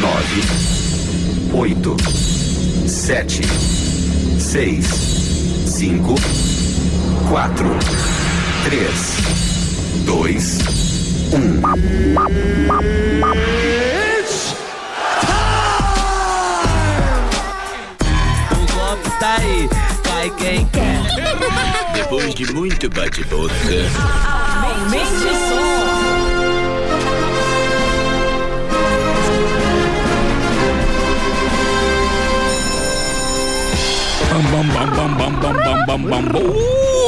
Nove, oito, sete, seis, cinco, quatro, três, dois, um. tá aí, vai quem quer. Depois de muito bate-boca. Aumente o som.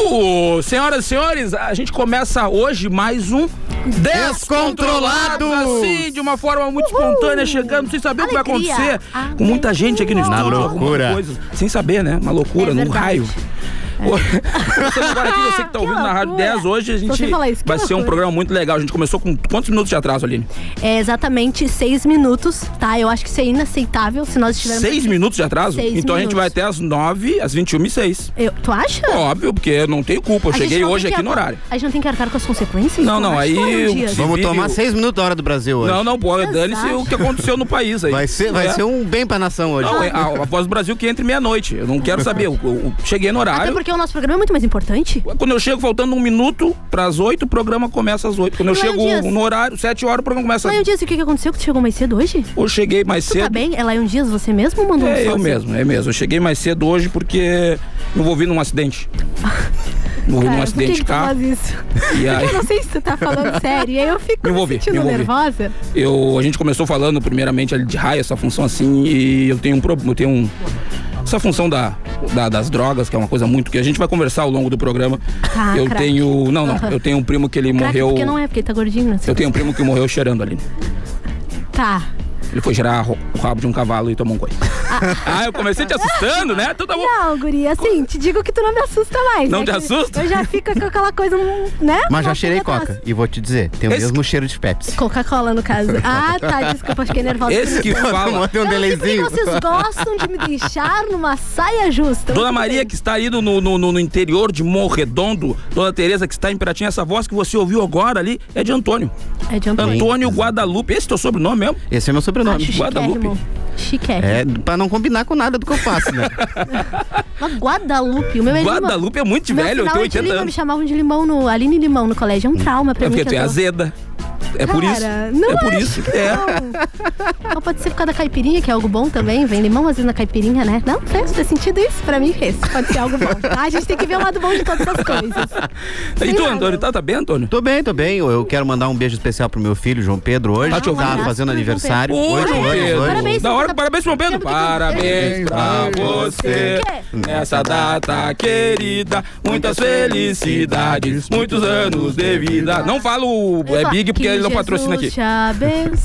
Uh, Senhoras e senhores, a gente começa hoje mais um descontrolados. Assim, de uma forma muito espontânea, chegando, sem saber o que vai Alegria. acontecer. Com muita gente aqui no Na estúdio. alguma loucura. coisa, sem saber, né? Uma loucura, É num verdade. É. raio. Estamos agora aqui, você que tá ouvindo na Rádio loucura. 10 hoje, a Só gente sem falar isso, que vai ser um loucura. programa muito legal. A gente começou com quantos minutos de atraso, Aline? É exatamente seis minutos, tá? Eu acho que isso é inaceitável se nós tivermos. Seis minutos de atraso? Seis então a gente minutos. vai até as 9, às 21 e 6. Eu- tu acha? É Óbvio, porque eu não tenho culpa. Eu A gente cheguei não tem hoje que aqui no arcar- horário. A gente não tem que arcar com as consequências? Não, não, Mas aí foram o- dias. Sim. Vamos Vive tomar o- seis minutos da hora do Brasil hoje. Não, não, pô, Exato. dane-se o que aconteceu no país aí. Vai ser, vai É. ser um bem pra nação hoje. Não, é a, a voz do Brasil que entre meia-noite. Eu não quero saber. Eu, eu- eu cheguei no Até horário. porque o nosso programa é muito mais importante. Quando eu chego faltando um minuto para as oito, o programa começa às oito. Quando eu Mas, chego Dias- no horário, sete horas, o programa começa. Lion Dias, é um o que que aconteceu que tu chegou mais cedo hoje? Eu cheguei mais Tu tá cedo. bem? É Lion Dias, você mesmo ou mandou um É eu sozinho? mesmo, é mesmo. Eu cheguei mais cedo hoje porque me envolvi num acidente. Me envolvi Cara, por num que um acidente de que tu carro. faz isso? E aí. Eu não sei se tu tá falando sério. E aí eu fico Me me, envolvi, me sentindo envolvi. nervosa. Eu, a gente começou falando primeiramente ali de raio, essa função assim, e eu tenho um problema, eu tenho um. Essa função da, da- das drogas, que é uma coisa muito que a gente vai conversar ao longo do programa. Ah, eu crack. tenho. Não, não. Eu tenho um primo que ele Craque, morreu. porque não é, porque ele tá gordinho. Não sei. Eu tenho um primo que morreu cheirando ali. Tá. Ele foi cheirar ro- o rabo de um cavalo e tomou um coi. ah, eu comecei te assustando, né? Então tá bom. Não, guria, assim, te digo que tu não me assusta mais. Não né? te Que assusta? Eu já fico com aquela coisa, né? Mas já Uma cheirei pulga coca. E vou te dizer, tem o Esse- mesmo cheiro de Pepsi. atrás. Coca-Cola, no caso. Ah, tá, desculpa, fiquei nervosa. Esse é que fala. Tem Eu não sei um por que delezinho. vocês gostam de me deixar numa saia justa. Dona Muito Maria, bem. que está aí no, no, no- no interior de Morredondo. Dona Tereza, que está em Pratinha. Essa voz que você ouviu agora ali é de Antônio. É de Antônio. Antônio Guadalupe. Esse é teu sobrenome mesmo? Esse é meu sobrenome. Acho chiquérrimo. Guadalupe. Chiquérrimo. É, pra não combinar com nada do que eu faço, né? Mas Guadalupe, o meu é limão. Guadalupe é muito Meu velho, eu final tenho é de 80 limão, anos. Me chamavam de limão no Aline Limão no colégio. É um trauma pra É mim. porque tu que é eu tô- azeda. É por isso. Cara, não é por acho isso. É. Ou pode ser por causa da caipirinha, que é algo bom também. Vem limão às vezes na caipirinha, né? Não, faz, faz sentido isso. Pra mim fez. Pode ser algo bom. tá? A gente tem que ver o lado bom de todas as coisas. E Sei tu, lá, Antônio, meu. tá, tá bem, Antônio? Tô bem, tô bem. Eu- Eu quero mandar um beijo especial pro meu filho, João Pedro, hoje. Tá te ouvindo. Tá fazendo Parabéns pro João aniversário. Ô, Hoje, João hoje, Pedro. hoje. Parabéns, Da você hora, tá- parabéns, João Pedro. Tempo que tu- Parabéns pra você. Nessa data querida, muitas felicidades, muitos anos de vida. Não falo Eu ia é falar, Big porque que ele não patrocina aqui. Jesus Te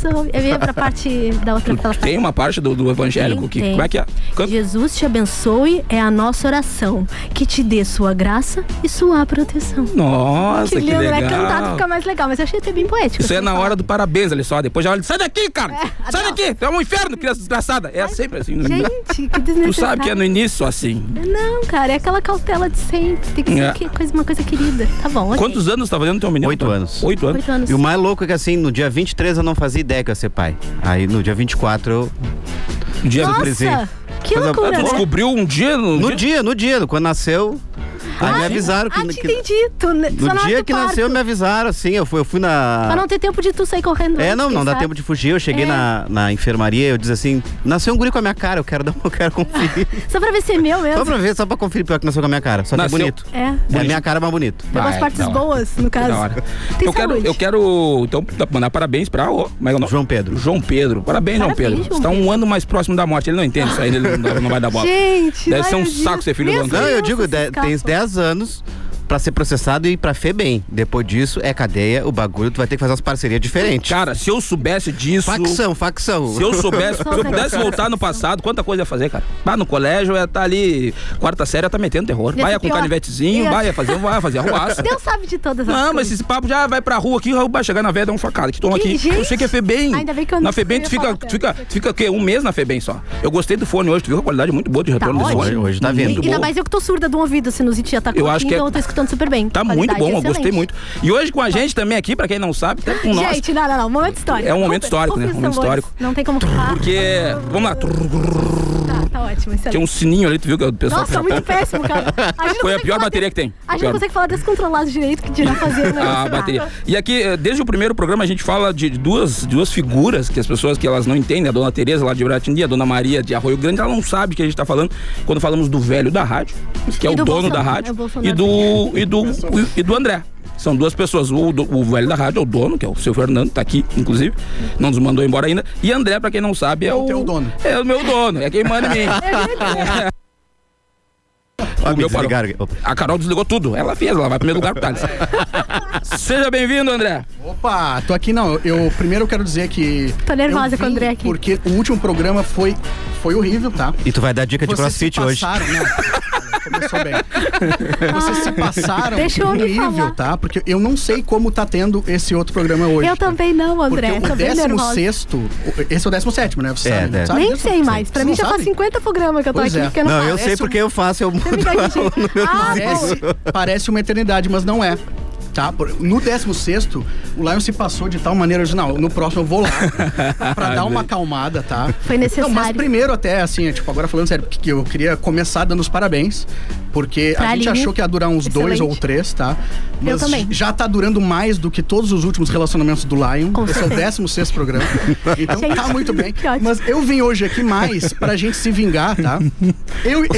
abençoe. Eu ia pra parte da outra pela Tem uma parte do, do evangélico Tem, que. tem. Como é que é? Canta. Jesus te abençoe é a nossa oração. Que te dê sua graça e sua proteção. Nossa, que, lindo, né? Cantado legal. fica mais legal, mas eu achei até bem poético. Isso é assim, na falar. hora do parabéns ali só. Depois já olha, sai daqui, cara! É, sai adeus. daqui! Tu é um inferno, criança desgraçada! É sempre assim. Gente, que desnecessário. Tu sabe que é no início assim. Não, cara, é aquela cautela de sempre. Tem que ser É. que- coisa, uma coisa querida. Tá bom, ok. Quantos anos tá fazendo teu menino? Oito Antônio? anos. Oito anos. Oito anos. E o mais louco é que assim, no dia 23 eu não fazia ideia que eu ia ser pai. Aí no dia 24 eu. Dia Nossa, Nossa, que Mas a- loucura, Tu né? descobriu um dia no, No dia, no dia, quando nasceu. Aí me avisaram que. Ah, te que- entendi. Tu, só na no hora dia do que parto. nasceu, me avisaram, assim. Eu fui, eu fui Pra na. não ter tempo de tu sair correndo. É, antes, não, não quem dá sabe? tempo de fugir. Eu cheguei É. na, na enfermaria eu disse assim: nasceu um guri com a minha cara, eu quero dar um, eu quero conferir. Só pra ver se é meu mesmo. só pra ver, só pra conferir, pior que nasceu com a minha cara. Só que Nasceu. é bonito. É. Tá. É a minha cara mais bonito. Tem umas Ah, é, partes da hora. boas, no Que caso. Da hora. Tem Eu quero, saúde. eu quero, então, mandar parabéns pra. ô, como é que é o nome? João Pedro. João Pedro. Parabéns, João Parabéns, Pedro. João Você tá um Pedro. ano mais próximo da morte. Ele não entende isso aí, ele não, não vai dar bola. Gente, Deve ser um vai, eu saco ser filho do digo. Antônio. Não, eu Crianças digo, se de, escapam. tem 10 anos pra ser processado e ir pra FEBEM. Depois disso, é cadeia, o bagulho, tu vai ter que fazer umas parcerias diferentes. Cara, se eu soubesse disso. facção, facção. Se eu soubesse, se eu pudesse voltar no passado, quanta coisa ia fazer, cara. Vai no colégio, ia estar ali, quarta série, ia tá metendo terror. Ia Vai ser ia com pior. canivetezinho, Ia- vai ia fazer, vai fazer arruaça. Deus sabe de todas as Não, mas coisas. esse papo já vai pra rua aqui, vai chegar na velha, dá um facada. Que toma Que aqui. gente! Eu sei que é Febem. Ainda bem que eu Na não Febem ia tu fica, falar tu dessa. fica, tu fica o quê? Um mês na Febem só. Eu gostei do fone hoje, tu viu a qualidade muito boa de retorno desse ótimo. fone. Hoje tá vendo. Muito Ainda boa. mais eu que tô surda de um ouvido, sinusite já tá com Eu acho que é- então eu tô estando super bem. Tá muito Qualidade bom, eu gostei excelente. Tá. muito. E hoje com a gente também aqui, pra quem não sabe, tá com nós. Gente, não, não, não. Momento histórico. É um momento histórico, né? Um Momento histórico. Não tem como falar. Porque, é, vamos lá, trrr, Tá, tá ótimo. Excelente. tem um sininho ali, tu viu que o pessoal Nossa, muito péssimo, cara. A gente não Foi a consegue pior falar bateria de- que tem. A gente Pior. não consegue falar descontrolado direito que dirá fazer né? o negócio a lá. bateria. E aqui, eh, desde o primeiro programa, a gente fala de duas, duas figuras que as pessoas que elas não entendem, a dona Tereza lá de Bratindia, a dona Maria de Arroio Grande, ela não sabe o que a gente tá falando quando falamos do velho da rádio, que é E o do dono da Bolsonaro, né? rádio, O Bolsonaro né? e do, e do, e do André. São duas pessoas, o, do- o velho da rádio é o dono, que é o seu Fernando, tá aqui, inclusive, não nos mandou embora ainda. E André, pra quem não sabe, é o. teu dono. É o meu dono, é quem manda em mim. É. Ah, o me meu parou. desligaram. aqui. Opa. A Carol desligou tudo. Ela fez, ela vai em primeiro lugar pro Thales. Seja bem-vindo, André. Opa, tô aqui não. Eu primeiro eu quero dizer que. Tô nervosa eu com o vim André aqui. Porque o último programa foi, foi horrível, tá? E tu vai dar dica de crossfit hoje. hoje. né? Começou bem. Vocês se passaram Ah, Deixa eu me falar. horrível, tá? Porque eu não sei como tá tendo esse outro programa hoje. Eu também não, André. Porque um Tô o bem nervosa. 16 esse é o 17 né? Você É, sabe, deve. sabe Nem disso? sei mais. Pra Você mim não já faz sabe? 50 programas que eu tô Pois aqui. é. Porque eu não, Não, eu faço. sei porque eu faço, eu Você me mudo dá lá aqui, o gente. número do Ah, número. Parece, parece uma eternidade, mas não é. Tá? Por- No 16, o Lion se passou de tal maneira de, não, no próximo eu vou lá. pra dar uma acalmada, tá? Foi necessário. Não, mas primeiro, até assim, é, tipo, agora falando sério, porque que eu queria começar dando os parabéns, porque Pra a gente Aline. achou que ia durar uns dois Excelente. ou três, tá? Mas também. já tá durando mais do que todos os últimos relacionamentos do Lion. Com Esse é o 16 programa. Então Gente, tá muito bem. que ótimo. Mas eu vim hoje aqui mais pra gente se vingar, tá? Eu. eu,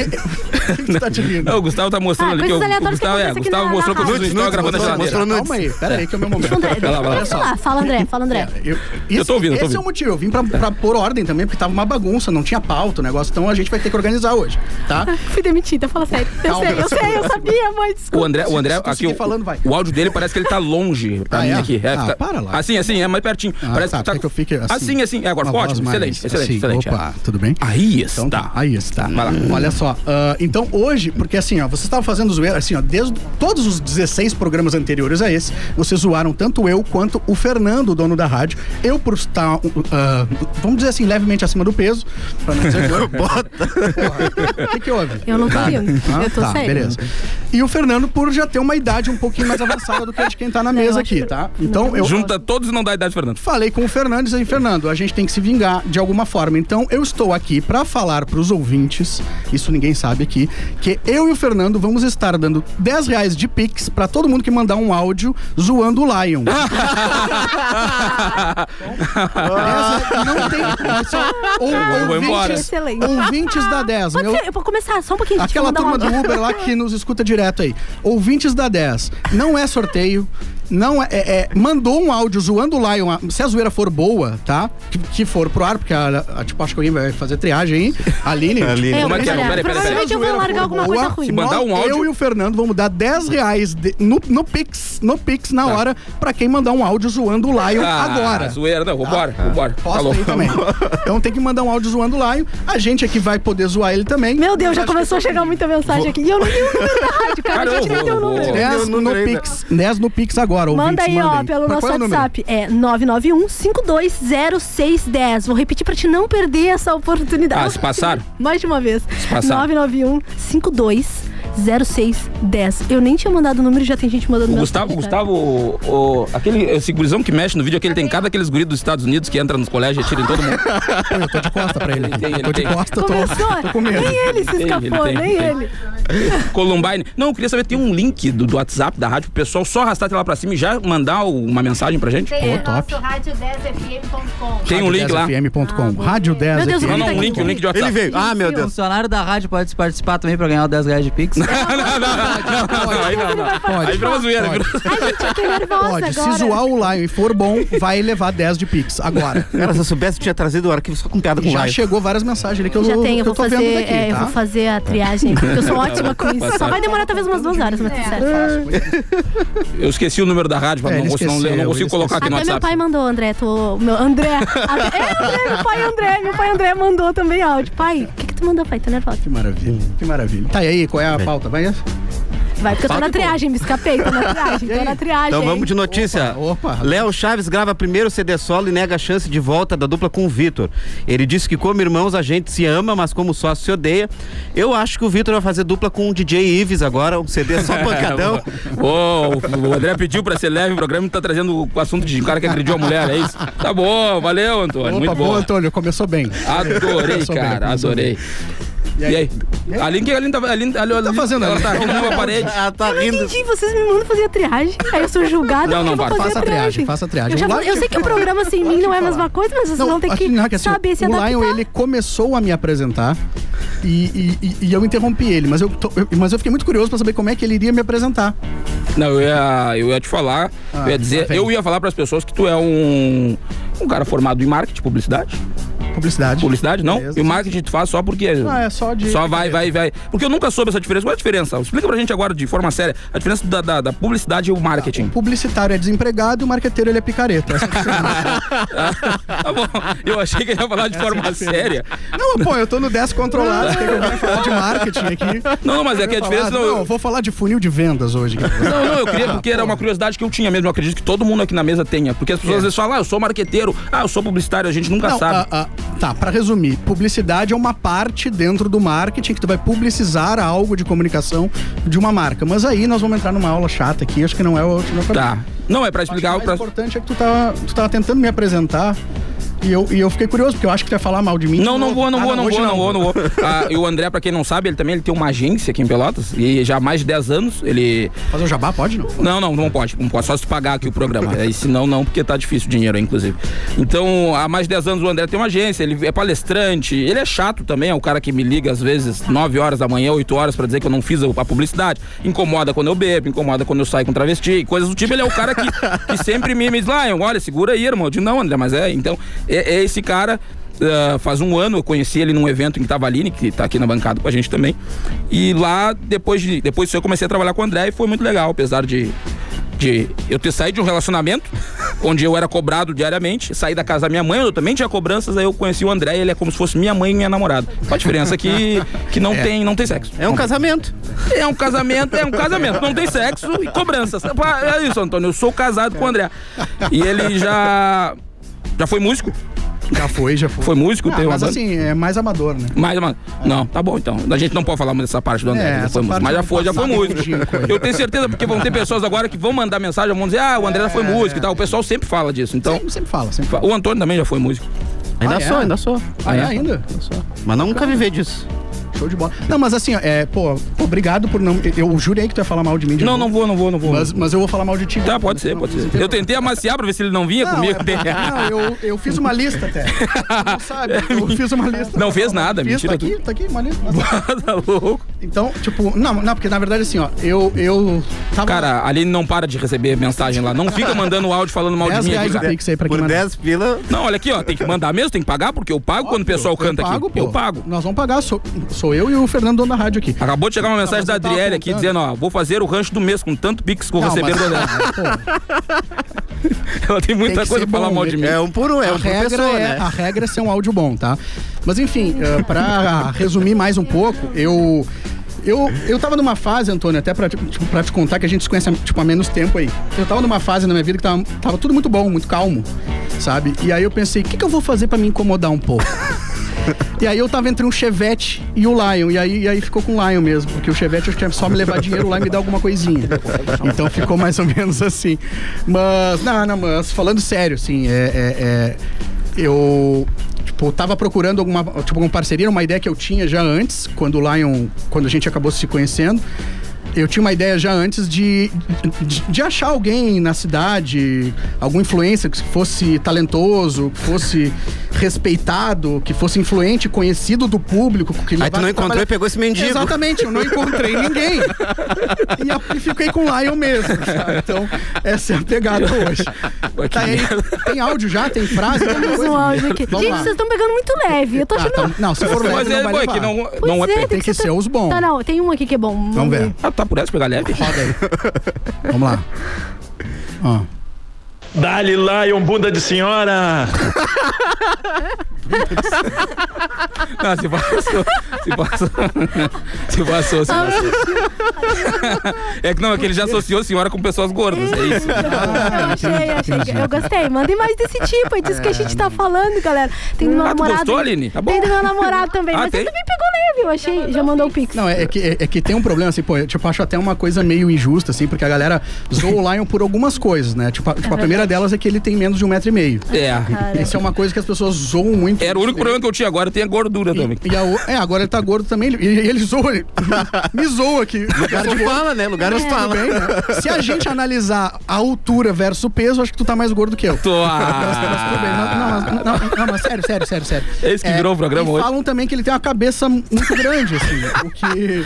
eu tá te rindo? Não, o Gustavo tá mostrando Ah, ali que o, coisas o aleatórias que Gustavo, é, acontecem aqui Gustavo na- mostrou na que o rádio. Nudes tava gravando a Nudes, geladeira. Mostrou nudes. Calma aí, pera aí que é o meu momento. André, Vai lá, vai lá. deixa eu falar. Fala, André. Fala, André. Eu, Eu tô ouvindo, eu tô esse ouvindo. é o motivo. Eu vim pra, pra pôr ordem também, porque tava uma bagunça, não tinha pauta o negócio. Então a gente vai ter que organizar hoje, tá? Fui demitida, fala sério. Eu Calma. sei, eu sei, eu sabia, mãe. Desculpa. O André, o André, Se- se aqui, conseguir o, falando, vai. o áudio dele parece que ele tá longe pra Ah, mim é? aqui. É, Ah, fica- para lá. Assim, assim, é mais pertinho. Ah, parece tá, que tá. quer que eu fique assim? assim, assim, é agora. Uma Ótimo, voz excelente, mais excelente, assim, excelente. é. opa, tudo bem? Aí está. Então tá, aí está. Vai lá. Olha só, ah, então hoje, porque assim, ó, vocês estavam fazendo zoeira, assim, ó, desde todos os 16 programas anteriores a esse, vocês zoaram tanto eu quanto o Fernando, o dono da rádio. Eu, por estar, ah, vamos dizer assim, levemente acima do peso, pra não dizer gordo. Porra, O que, que houve? Eu não tô rindo. Ah, Eu tô tá, sério. beleza. E o Fernando, por já ter uma idade um pouquinho mais avançada do que a de quem tá na Não, mesa eu acho aqui, que- tá? Então, eu, Junta todos e não dá a idade, Fernando. Falei com o Fernando e disse, Fernando, a gente tem que se vingar de alguma forma. Então, eu estou aqui para falar para os ouvintes, isso ninguém sabe aqui, que eu e o Fernando vamos estar dando 10 reais de Pix para todo mundo que mandar um áudio zoando o Lion. Essa não tem... Só, ou, Eu vou embora. ouvintes, Excelente. ouvintes da 10. Pode Meu, ser, eu vou começar só um pouquinho. gente, Aquela vou turma mandar do um áudio. Uber lá que nos escuta direto aí. Ouvintes da 10. Não é sorteio. Não é, é- é- Mandou um áudio zoando o Lion. Se a zoeira for boa, tá? Que, que for pro ar, porque a, a- tipo, acho que alguém vai fazer triagem, hein? Aline. Aline. É, eu Como é vou que é? Não, olhar. peraí, peraí, Provavelmente eu vou largar alguma coisa Se ruim. mandar um áudio- Eu e o Fernando vamos dar 10 reais de- no, no Pix, no Pix na hora, pra quem mandar um áudio zoando o Lion Tá. Ah, agora. Tá. Zoeira, não, vambora, vambora. Posso Falou. aí também. Então tem que mandar um áudio zoando o Lion. A gente aqui vai poder zoar ele também. Meu Deus, já Acho que começou a chegar muita mensagem aqui. E eu não tenho o número da rádio, cara. Cara, a gente eu não tem o vou- número. vou- 10 Não deu no, número ainda. Pix. 10 no Pix agora, Manda aí, ouvintes, ó, mandem. pelo Mas nosso qual é o número? WhatsApp. É 991-520610. Vou repetir pra te não perder essa oportunidade. Ah, se passaram? Mais de uma vez. passaram. 991-520610. Eu nem tinha mandado o número, já tem gente mandando O mensagem, Gustavo, o cara. Gustavo, o- o- aquele, esse gurizão que mexe no vídeo, aquele tem cada aqueles guris dos Estados Unidos que entra nos colégios e atira em todo mundo. Eu tô de costa pra ele. Ele tem, ele tô de tem. costa, tô, Começou? tô com medo. Nem ele se Ele tem, ele escapou, tem, nem ele tem. ele. Columbine. Não, eu queria saber, tem um link do, do WhatsApp da rádio pro pessoal só arrastar a tela pra cima e já mandar o- uma mensagem pra gente? Tem o Pô, top. nosso rádio 10fm.com. Tem um link lá. fm.com. Rádio 10 Meu Deus, Não, não, FM. um link, um link de Ele WhatsApp. veio. Ah, meu Deus. Funcionário da rádio pode participar também pra ganhar o 10 reais de Pix. não, não, não, não, não, não, aí não, não. Aí virou zoeira. Pode. virou- Ai, gente, eu tô nervosa Pode, agora. se zoar o Lion e for bom, vai levar 10 de Pix agora. Cara, se eu soubesse, eu tinha trazido o arquivo só com piada com Já Lion. chegou várias mensagens ali que eu, Já tem, eu que vou eu tô vendo fazer, daqui, é, eu tá? vou fazer a triagem, porque eu sou ótima com isso. Só Passar. vai demorar talvez umas duas horas, mas tá certo. Eu esqueci o número da rádio, É, não, ele consigo, não, esqueceu, não ele consigo colocar aqui no Até meu pai WhatsApp. mandou, André, tô. Meu, André. Até, é, André, meu pai André, meu pai André mandou também áudio. Pai, o que, que tu mandou, pai? Tô nervosa. É. Que maravilha, que maravilha. Tá, e aí, qual é a pauta? Vai? Vai, porque eu tô na triagem, me escapei, tô na triagem, tô na triagem. Então vamos de notícia. Opa, opa. Léo Chaves grava primeiro CD solo e nega a chance de volta da dupla com o Vitor. Ele disse que como irmãos a gente se ama, mas como sócio se odeia. Eu acho que o Vitor vai fazer dupla com o DJ Ives agora, um CD só pancadão. Ô, o- o André pediu pra ser leve o programa e tá trazendo o assunto de um cara que agrediu a mulher, é isso? Tá bom, valeu, Antônio. Opa, Muito boa, um bom. Antônio, começou bem. Adorei, Começou bem, cara, começou adorei. E aí? Aline, o que a Aline tá, a Aline, a Aline, tá fazendo, Ela Aline? tá rindo na parede. Ah, tá rindo. Entendi, vocês me mandam fazer a triagem. Aí eu sou julgada. Não, não, porque eu vou para. fazer Faça a triagem, faça a triagem. Eu, já O falei- eu Lion- sei que o programa sem mim não é a mesma coisa, mas vocês vão ter acho que não, é assim, saber se o adaptar. Lion, ele começou a me apresentar e, e- e- e eu interrompi ele, mas eu, tô- eu- mas eu fiquei muito curioso pra saber como é que ele iria me apresentar. Não, eu ia, eu ia te falar, Ah, eu ia dizer, tá bem. eu ia falar pras pessoas que tu é um, um cara formado em marketing, publicidade. Publicidade. Publicidade, não? Beleza. E o marketing tu faz só porque. Ah, é só de- Só vai, vai, vai. Porque eu nunca soube essa diferença. Qual é a diferença? Explica pra gente agora de forma séria a diferença da, da, da publicidade e o marketing. Publicitário é desempregado e o marqueteiro ele é picareta. Essa é a diferença. tá bom. Eu achei que ele ia falar é de forma séria. não, pô, eu tô no 10 controlado, quer que eu venha falar de marketing aqui? Não, não, mas é que a Eu ia falar, diferença não. não, eu eu- vou falar de funil de vendas hoje. Não, não, eu queria porque era uma curiosidade que eu tinha mesmo. Eu acredito que todo mundo aqui na mesa tenha. Porque as pessoas às vezes falam, ah, eu sou marqueteiro, ah, eu sou publicitário, a gente nunca É. Não, sabe. a- a- tá, pra resumir, publicidade é uma parte dentro do marketing que tu vai publicizar algo de comunicação de uma marca. Mas aí nós vamos entrar numa aula chata aqui, acho que não é o último Tá. Não, é pra Acho que o explicar. mais Pra... importante é que tu tava, tu tava tentando me apresentar e eu, e eu fiquei curioso, porque eu acho que tu ia falar mal de mim. Não, não vou, não Ah, vou, não hoje vou, não vou, não vou. Ah, e o André, pra quem não sabe, ele também ele tem uma agência aqui em Pelotas. E já há mais de 10 anos ele Fazer o jabá, pode não? Não, não, não pode. Não pode. Só se tu pagar aqui o programa. Aí, se não, não, porque tá difícil o dinheiro, aí, inclusive. Então, há mais de 10 anos o André tem uma agência, ele é palestrante, ele é chato também, é o cara que me liga às vezes 9 horas da manhã, 8 horas, pra dizer que eu não fiz a publicidade. Incomoda quando eu bebo, incomoda quando eu saio com travesti, e coisas do tipo. Ele é o cara que, que sempre me, me diz, "Lion, olha, segura aí, irmão. Eu digo, não, André, mas é. Então, é, é esse cara. ah, faz um ano eu conheci ele num evento em Cavaline, que tá aqui na bancada com a gente também. E lá, depois, de, depois disso, eu comecei a trabalhar com o André e foi muito legal, apesar de de eu ter saído de um relacionamento onde eu era cobrado diariamente, saí da casa da minha mãe, onde eu também tinha cobranças, aí eu conheci o André, e ele é como se fosse minha mãe e minha namorada. Com a diferença que que não tem, não tem sexo. É um casamento. É um casamento, é um casamento, não tem sexo e cobranças. Pá, É isso, Antônio, eu sou casado com o André. E ele já já foi músico, Já foi, já foi. foi músico, Ah, tem uma mas banda. assim, é mais amador, né? Mas, mano, não, tá bom então. A gente não pode falar mais dessa parte do André. É, que já essa foi músico. parte Mas já eu foi, já foi passava músico. fugindo com ele. Eu tenho certeza, porque vão ter pessoas agora que vão mandar mensagem, vão dizer, ah, o André já É. foi músico e tal. O pessoal sempre fala disso. Então, sempre, sempre fala, sempre fala. o Antônio também já foi músico. Ainda Ah, é? sou, ainda sou. Ah, é é? ainda? Mas nunca viver disso. Show de bola. Não, mas assim, ó, é, pô, obrigado por não. Eu jurei que tu ia falar mal de mim de Não, novo. não vou, não vou, não vou. Mas, mas eu vou falar mal de ti. Tá, pode ser, pode ser. Eu tentei amaciar pra ver se ele não vinha Não, comigo. é- não, eu, eu fiz uma lista até. Tu Não sabe, eu fiz uma lista. Não fez nada, Fiz, mentira Tá aqui, tu. tá aqui, uma lista. tá louco. Então, tipo, não, não, porque na verdade assim, ó, eu, eu tava. Cara, a Aline não para de receber mensagem lá. Não fica mandando áudio falando mal de 10 mim aqui, reais o cara. é Pix aí pra quem Por mandar. 10 pila, Não, olha aqui, ó. Tem que mandar mesmo, tem que pagar, porque eu pago quando o pessoal canta eu pago, aqui. Pô. Eu pago. Nós vamos pagar, sou, sou eu e o Fernando dono da rádio aqui. Acabou de chegar uma mensagem mas da eu tava Adriele aqui apontando. dizendo, ó, vou fazer o rancho do mês com tanto pix que eu Não, receber mas- do André. Pô, Ela tem Tem muita que coisa ser pra falar bom, né? mal de mim. é um por um, é a, um por regra pessoa, é, né? a regra é ser um áudio bom, tá? Mas enfim, eh, pra resumir mais um pouco, eu. Eu, eu tava numa fase, Antônio, até pra, tipo, pra te contar que a gente se conhece tipo, há menos tempo aí. Eu tava numa fase na minha vida que tava, tava tudo muito bom, muito calmo, sabe? E aí eu pensei, o que, que eu vou fazer pra me incomodar um pouco? E aí eu tava entre um Chevette e o Lion. E aí, e aí ficou com o Lion mesmo. Porque o Chevette eu tinha só me levar dinheiro lá e me dar alguma coisinha. Então ficou mais ou menos assim. Mas, não, não, mas falando sério, assim, é. é- é, eu. Tipo, tava procurando alguma, tipo, alguma parceria, uma ideia que eu tinha já antes, quando o Lion. Quando a gente acabou se conhecendo. Eu tinha uma ideia já antes de, de, de achar alguém na cidade, algum influencer que fosse talentoso, que fosse respeitado, que fosse influente, conhecido do público. Que Aí tu não levasse- encontrou e pegou esse mendigo. Exatamente, eu não encontrei ninguém. E a- E fiquei com o Lion mesmo. sabe? Então, essa é a pegada hoje. Ué, que Tá aí, tem áudio já? Tem frase? Tem Temos um coisa? áudio aqui. Vamos Gente, lá. vocês estão pegando muito leve. Eu tô Tá, achando. tá- não, se for leve, Mas não é, vai pô, é levar. que não, Pois não é, tem que ser os bons. Tá, não, tem um aqui que é bom. Vamos ver. Ah, tá, por essa pegar leve? Roda aí. Vamos lá. Ó. Dali Lion, bunda de senhora! Não, Ah, se passou. Se passou. Se passou, se passou. É que não, é que ele já associou senhora com pessoas gordas, é isso. Eu Ah, achei, achei. Eu gostei. Mandem mais desse tipo. É disso que a gente tá falando, galera. Tem do meu Ah, tu namorado. gostou, Aline? Tá bom. Tem do meu namorado também. Ah, mas tem? ele também pegou leve, eu achei. Já mandou o pix. Não, é, é que, é, é que tem um problema, assim, pô, eu, tipo, acho até uma coisa meio injusta, assim, porque a galera zoa o Lion por algumas coisas, né? Tipo, a, tipo, a primeira delas é que ele tem menos de um metro e meio. É. Essa é uma coisa que as pessoas zoam muito. Era o único problema que eu tinha agora, eu tenho a gordura também. E a o- é, agora ele tá gordo também, ele- e ele zoa, ele me zoa aqui. Lugar de fala, né? Lugar É. de fala. Bem, né? Se a gente analisar a altura versus o peso, acho que tu tá mais gordo que eu. Tô. ah. Mas, mas tudo bem, não, não, mas- não, não, mas sério, sério, sério, sério. É, Esse que virou o programa e hoje. falam também que ele tem uma cabeça muito grande, assim, o que,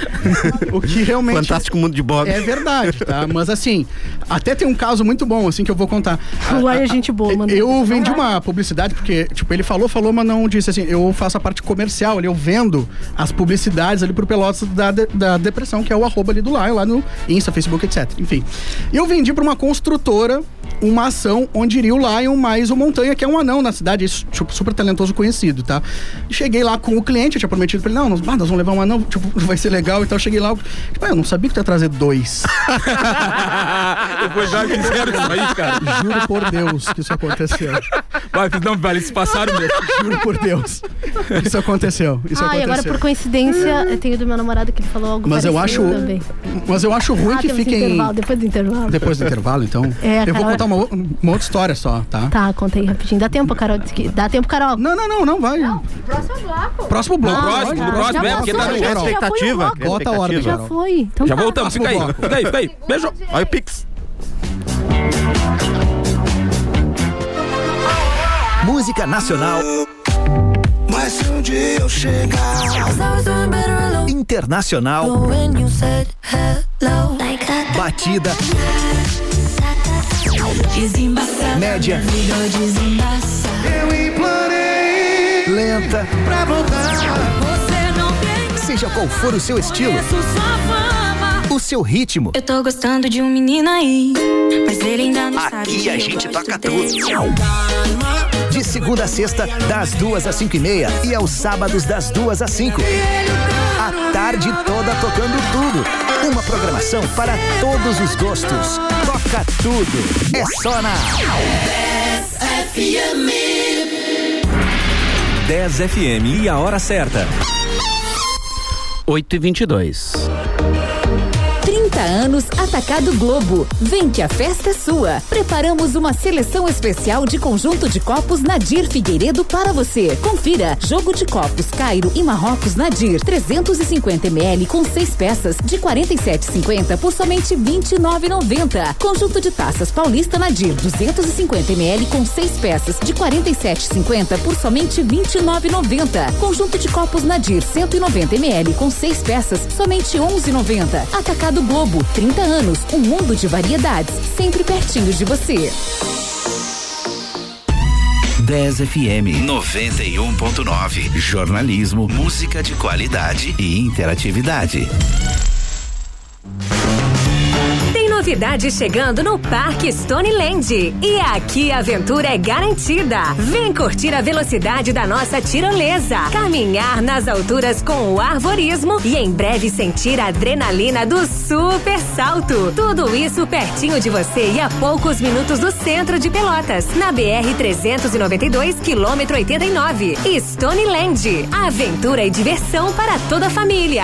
o que realmente... Fantástico mundo de Bob. É verdade, tá? Mas assim, até tem um caso muito bom, assim, que eu vou contar. O Lion é gente boa, mano. Eu vendi uma publicidade, porque, tipo, ele falou, falou, mas não disse assim, eu faço a parte comercial ali, eu vendo as publicidades ali pro Pelotas da, de- da depressão, que é o arroba ali do Lion, lá no Insta, Facebook, etc. Enfim. Eu vendi pra uma construtora uma ação onde iria o Lion mais o Montanha, que é um anão na cidade, isso, tipo, super talentoso conhecido, tá? Cheguei lá com o cliente, eu tinha prometido pra ele, não, nós, ah, nós vamos levar um anão, tipo, vai ser legal e tal. Cheguei lá, tipo, ah, eu não sabia que tu ia trazer dois. Depois já fizeram isso aí, cara. Juro por Deus que isso aconteceu. Vai, não, velho, eles passaram mesmo. Juro por Deus. Isso aconteceu. Isso Ai, aconteceu. agora por coincidência, eu tenho do meu namorado que ele falou algo Mas eu acho. parecido também. Mas eu acho ruim Ah, que temos fiquem. intervalo, depois do intervalo. Depois do intervalo, então. É, eu vou Carol- contar uma, o- uma outra história só, tá? Tá, conta aí rapidinho. Dá tempo, Carol. Diz que- Dá tempo, Carol. Não, não, não, não, vai. Próximo bloco. Próximo bloco. Ah, próximo, vai. no próximo, é, porque tá no- já, Quer foi, já foi um expectativa? bloco, Quer Bota a ordem, Já expectativa? foi. Então Já tá. voltamos, fica aí. Fica aí, fica aí. Beijo. Olha o Pix. Música nacional. Mas se um dia eu chegar. Internacional. Batida. Média. Eu implorei. Lenta. Pra voltar. Seja qual for o seu estilo, o seu ritmo. Eu tô gostando de um menino aí, mas ele ainda não sabe. Aqui que a eu gente gosto toca dele. tudo. De segunda a sexta, das duas às cinco e meia. E aos sábados, das duas às cinco. A tarde toda tocando tudo. Uma programação para todos os gostos. Toca tudo. É só na... 10 FM e a hora certa. 8 e 22. 30 anos Atacado Globo. Vem que a festa é sua. Preparamos uma seleção especial de conjunto de copos Nadir Figueiredo para você. Confira: jogo de copos Cairo e Marrocos Nadir, 350 ml com seis peças de 47,50 por somente 29,90. Conjunto de taças Paulista Nadir, 250 ml com seis peças de 47,50 por somente 29,90. Conjunto de copos Nadir, 190 ml com seis peças, somente 11,90. Atacado Globo, 30 anos, um mundo de variedades, sempre pertinho de você. 10 FM 91.9. Jornalismo, música de qualidade e interatividade. Tem novidade chegando no Parque Stoneland. E aqui a aventura é garantida. Vem curtir a velocidade da nossa tirolesa, caminhar nas alturas com o arvorismo e em breve sentir a adrenalina do super salto. Tudo isso pertinho de você e a poucos minutos do centro de Pelotas, na BR 392, quilômetro 89. Stoneland, aventura e diversão para toda a família.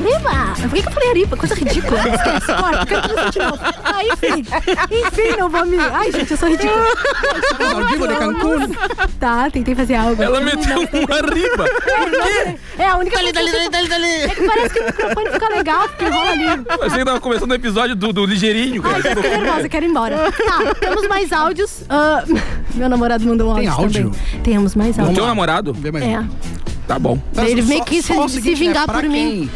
Arriba! Por que, que eu falei Floripa, coisa ridícula. Esquece, corta, quero começar de novo. Ah, enfim, enfim, não vou me. Ai, gente, eu sou ridícula. Maldiva de um Cancún? Tá, tentei fazer algo. Ela meteu um uma riba. É a única coisa. que- É que parece que o microfone fica legal, porque rola ali. Achei que tava começando o episódio do, do ligeirinho, cara. Fiquei nervosa, quero ir embora. Tá, temos mais áudios. Ah, meu namorado mandou um Tem áudio, áudio? também. Temos mais O áudios. teu namorado? um. É. Tá bom. Ele meio que se, só o se seguinte, né, vingar pra por mim.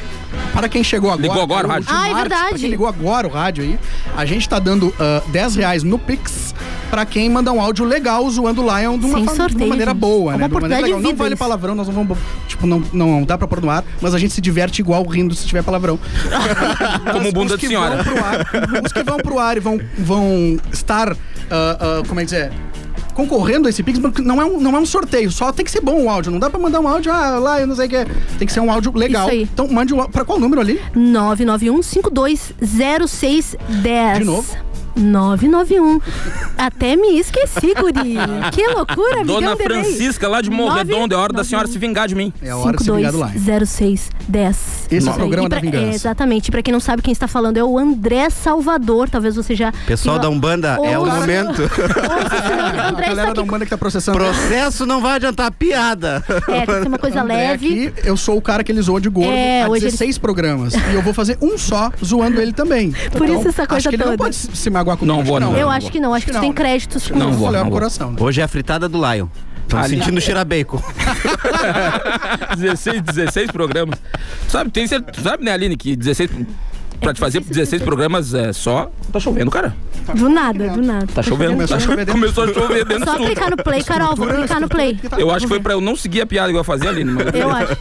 Para quem chegou agora. Ligou agora o rádio? Último Ah, é marketing, pra verdade. quem ligou agora o rádio aí. A gente tá dando ah, 10 reais no Pix pra quem mandar um áudio legal zoando o Lion de uma, Sem forma- de uma sorteio, maneira gente. boa, É né? uma de uma oportunidade maneira de legal. Não vida vale isso. palavrão, nós não vamos. Tipo, não, não dá pra pôr no ar, mas a gente se diverte igual rindo se tiver palavrão. Como bunda de senhora. Os que vão pro ar e vão, vão estar, ah, ah, como é que dizer, concorrendo a esse Pix, porque não é, um, não é um sorteio, só tem que ser bom o áudio. Não dá pra mandar um áudio, ah, lá, eu não sei o que. é. Tem que ser um áudio legal. Isso aí. Então mande um áudio. Pra qual número ali? 991-520610. De novo? 991. Até me esqueci, guri. Que loucura, me deu Dona um delay. Francisca, lá de Morredondo, é hora da senhora se vingar de mim. É 520610. Esse é o Isso aí. programa E pra- da vingança. é, exatamente. Pra quem não sabe quem está falando é o André Salvador. Talvez você já. Pessoal já- da Umbanda, é o Ouça- momento. Ah, A galera da Umbanda que tá processando. Processo não vai adiantar piada. É, tem que ser uma coisa André leve. aqui, eu sou o cara que ele zoou de gordo É, há hoje ele- 16 programas. E eu vou fazer um só zoando ele também. Então, Por isso essa coisa acho que ele não toda. pode se se magoar comigo. Não vou, não. Eu acho que não. Acho que tu tem créditos com Não isso. vou, Olha não o vou. coração. né? Hoje é a fritada do Lion. Tô me Ali. sentindo cheirar bacon. 16, 16 programas. Sabe, tem cer- Sabe, né, Aline, que 16. Pra te fazer 16 programas é, só. Tá chovendo, cara. Do nada, do nada. Tá chovendo. Começou, Começou a tá chover chovendo. dentro do Começou a chover dentro Só do clicar no play, Carol. Vou clicar no play. Eu acho que tá foi pra eu não seguir a piada que eu ia fazer, Aline. mas- Eu acho.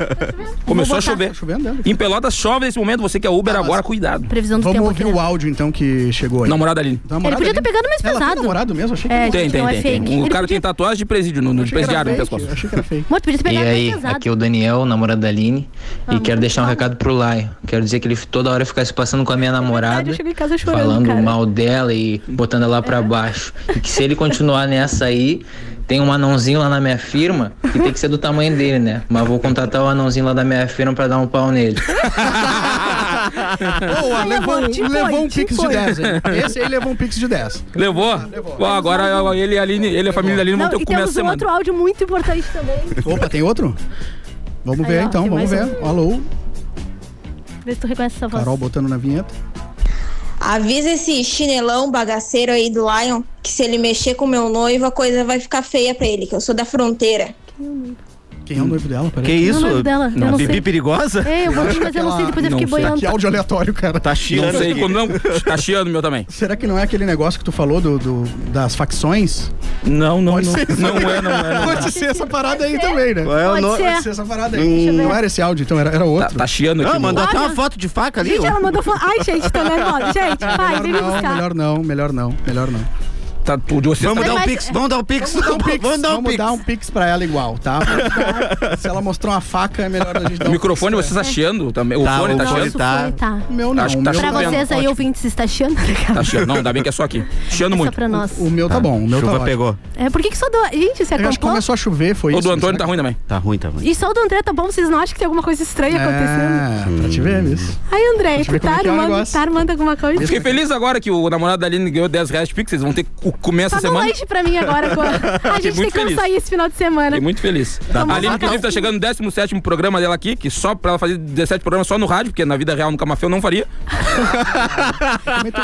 Começou Vou a botar. chover. Tá chovendo, né? Em Pelotas chove nesse momento, você que é Uber agora, cuidado. Previsão do Vamos tempo. ouvir aqui, né? o áudio então que chegou aí. Namorada Aline. Ele podia estar pegando mais Ela tem pesado. namorado mesmo? Achei que um É, não. Tem, gente, tem, não é tem. fake. tem. O Ele cara podia- tem tatuagem de presídio no, no de Achei que era presidiário no fake, pescoço. Achei que era fake. Muito, podia ter E pegado aí, mais pesado. aqui é o Daniel, namorado da Aline, e quero deixar um recado pro Laio. Quero dizer que ele toda hora fica se passando com a minha namorada, Eu cheguei em casa chorando, falando cara. É. mal dela e botando ela pra baixo. E que se ele continuar nessa aí, tem um anãozinho lá na minha firma, que tem que ser do tamanho dele, né? Mas vou contratar o anãozinho lá da minha firma pra dar um pau nele. Boa, levou, amor, te levou foi, um te pix de foi. 10. hein? Esse aí levou um pix de 10. Levou? Ó, agora ó, ele e a Aline, ele e a família da Aline vão Não, ter e que comer temos essa um semana. outro áudio muito importante também. Opa, tem outro? Vamos ver Aí, ó, então, tem vamos mais um. ver. Alô, Vê se tu reconhece essa voz. Carol botando na vinheta. Avisa esse chinelão bagaceiro aí do Lion que se ele mexer com meu noivo, a coisa vai ficar feia pra ele, que eu sou da fronteira. Quem é Hum. o noivo dela? Peraí. Que Não, isso? não é dela, eu Não, não Bibi sei. perigosa? É, eu vou vir, mas eu não sei, depois eu Não fiquei sei. boiando. Que áudio aleatório, cara. Tá Não cheirando. sei aqui. quando não. Tá chiando o meu também. Será que não é aquele negócio que tu falou do, do- das facções? Não, não, Pode não. ser. Não é, não é. não é. Pode ser essa parada aí também, né? Qual é o Pode nome? ser. Pode ser essa parada Deixa aí. eu ver. Não era esse áudio, então, era, era Hum. Tá, outro. tá chiando aqui. Ah, meu. mandou até uma Olha. foto de faca ali, Gente, ó. ela mandou falar. Ai, gente, tô nervosa. Gente, vai, vem me Melhor não, buscar. melhor não, melhor não, melhor não. Tá tudo. Você Vamos tá... dar um Mas- pix, vamos dar um pix, vamos dar um Vamos pix. dar um pix pra ela igual, tá? Se ela mostrar uma faca, é melhor a gente dar O um microfone, pix você tá chiando também. O Tá, fone o tá Não, fone chiando. isso tá. foi, tá. pra ela. O meu não, Acho que o tá meu, Pra Chovendo, vocês aí, ótimo. ouvintes, está chiando? Legal. Tá chiando. Não, ainda bem que é só aqui. Chiando Só muito. pra nós. o meu tá bom, o meu tá Chuva ótimo. pegou. É, por que que só do... Gente, você Eu acho que acompanhou? começou a chover, foi O isso. do Antônio tá ruim também. Tá ruim, tá ruim. E só o do André tá bom? Vocês não acham que tem alguma coisa estranha acontecendo? Tá É, pra te ver, isso. Ai, André, Deixa eu tu ver como tá é que é o armando, negócio. tá armando alguma coisa? Eu fiquei feliz agora que o namorado da Aline ganhou 10 reais de pix. Vocês vão ter que co- comer essa Paga um semana. lanche pra mim agora. pô. A gente tem muito que feliz. almoçar aí esse final de semana. Fiquei muito feliz. Tá bom. A Aline, inclusive, tá chegando no 17 programa dela aqui, que só pra ela fazer 17 programas só no rádio, porque na vida real no Camafeu não faria.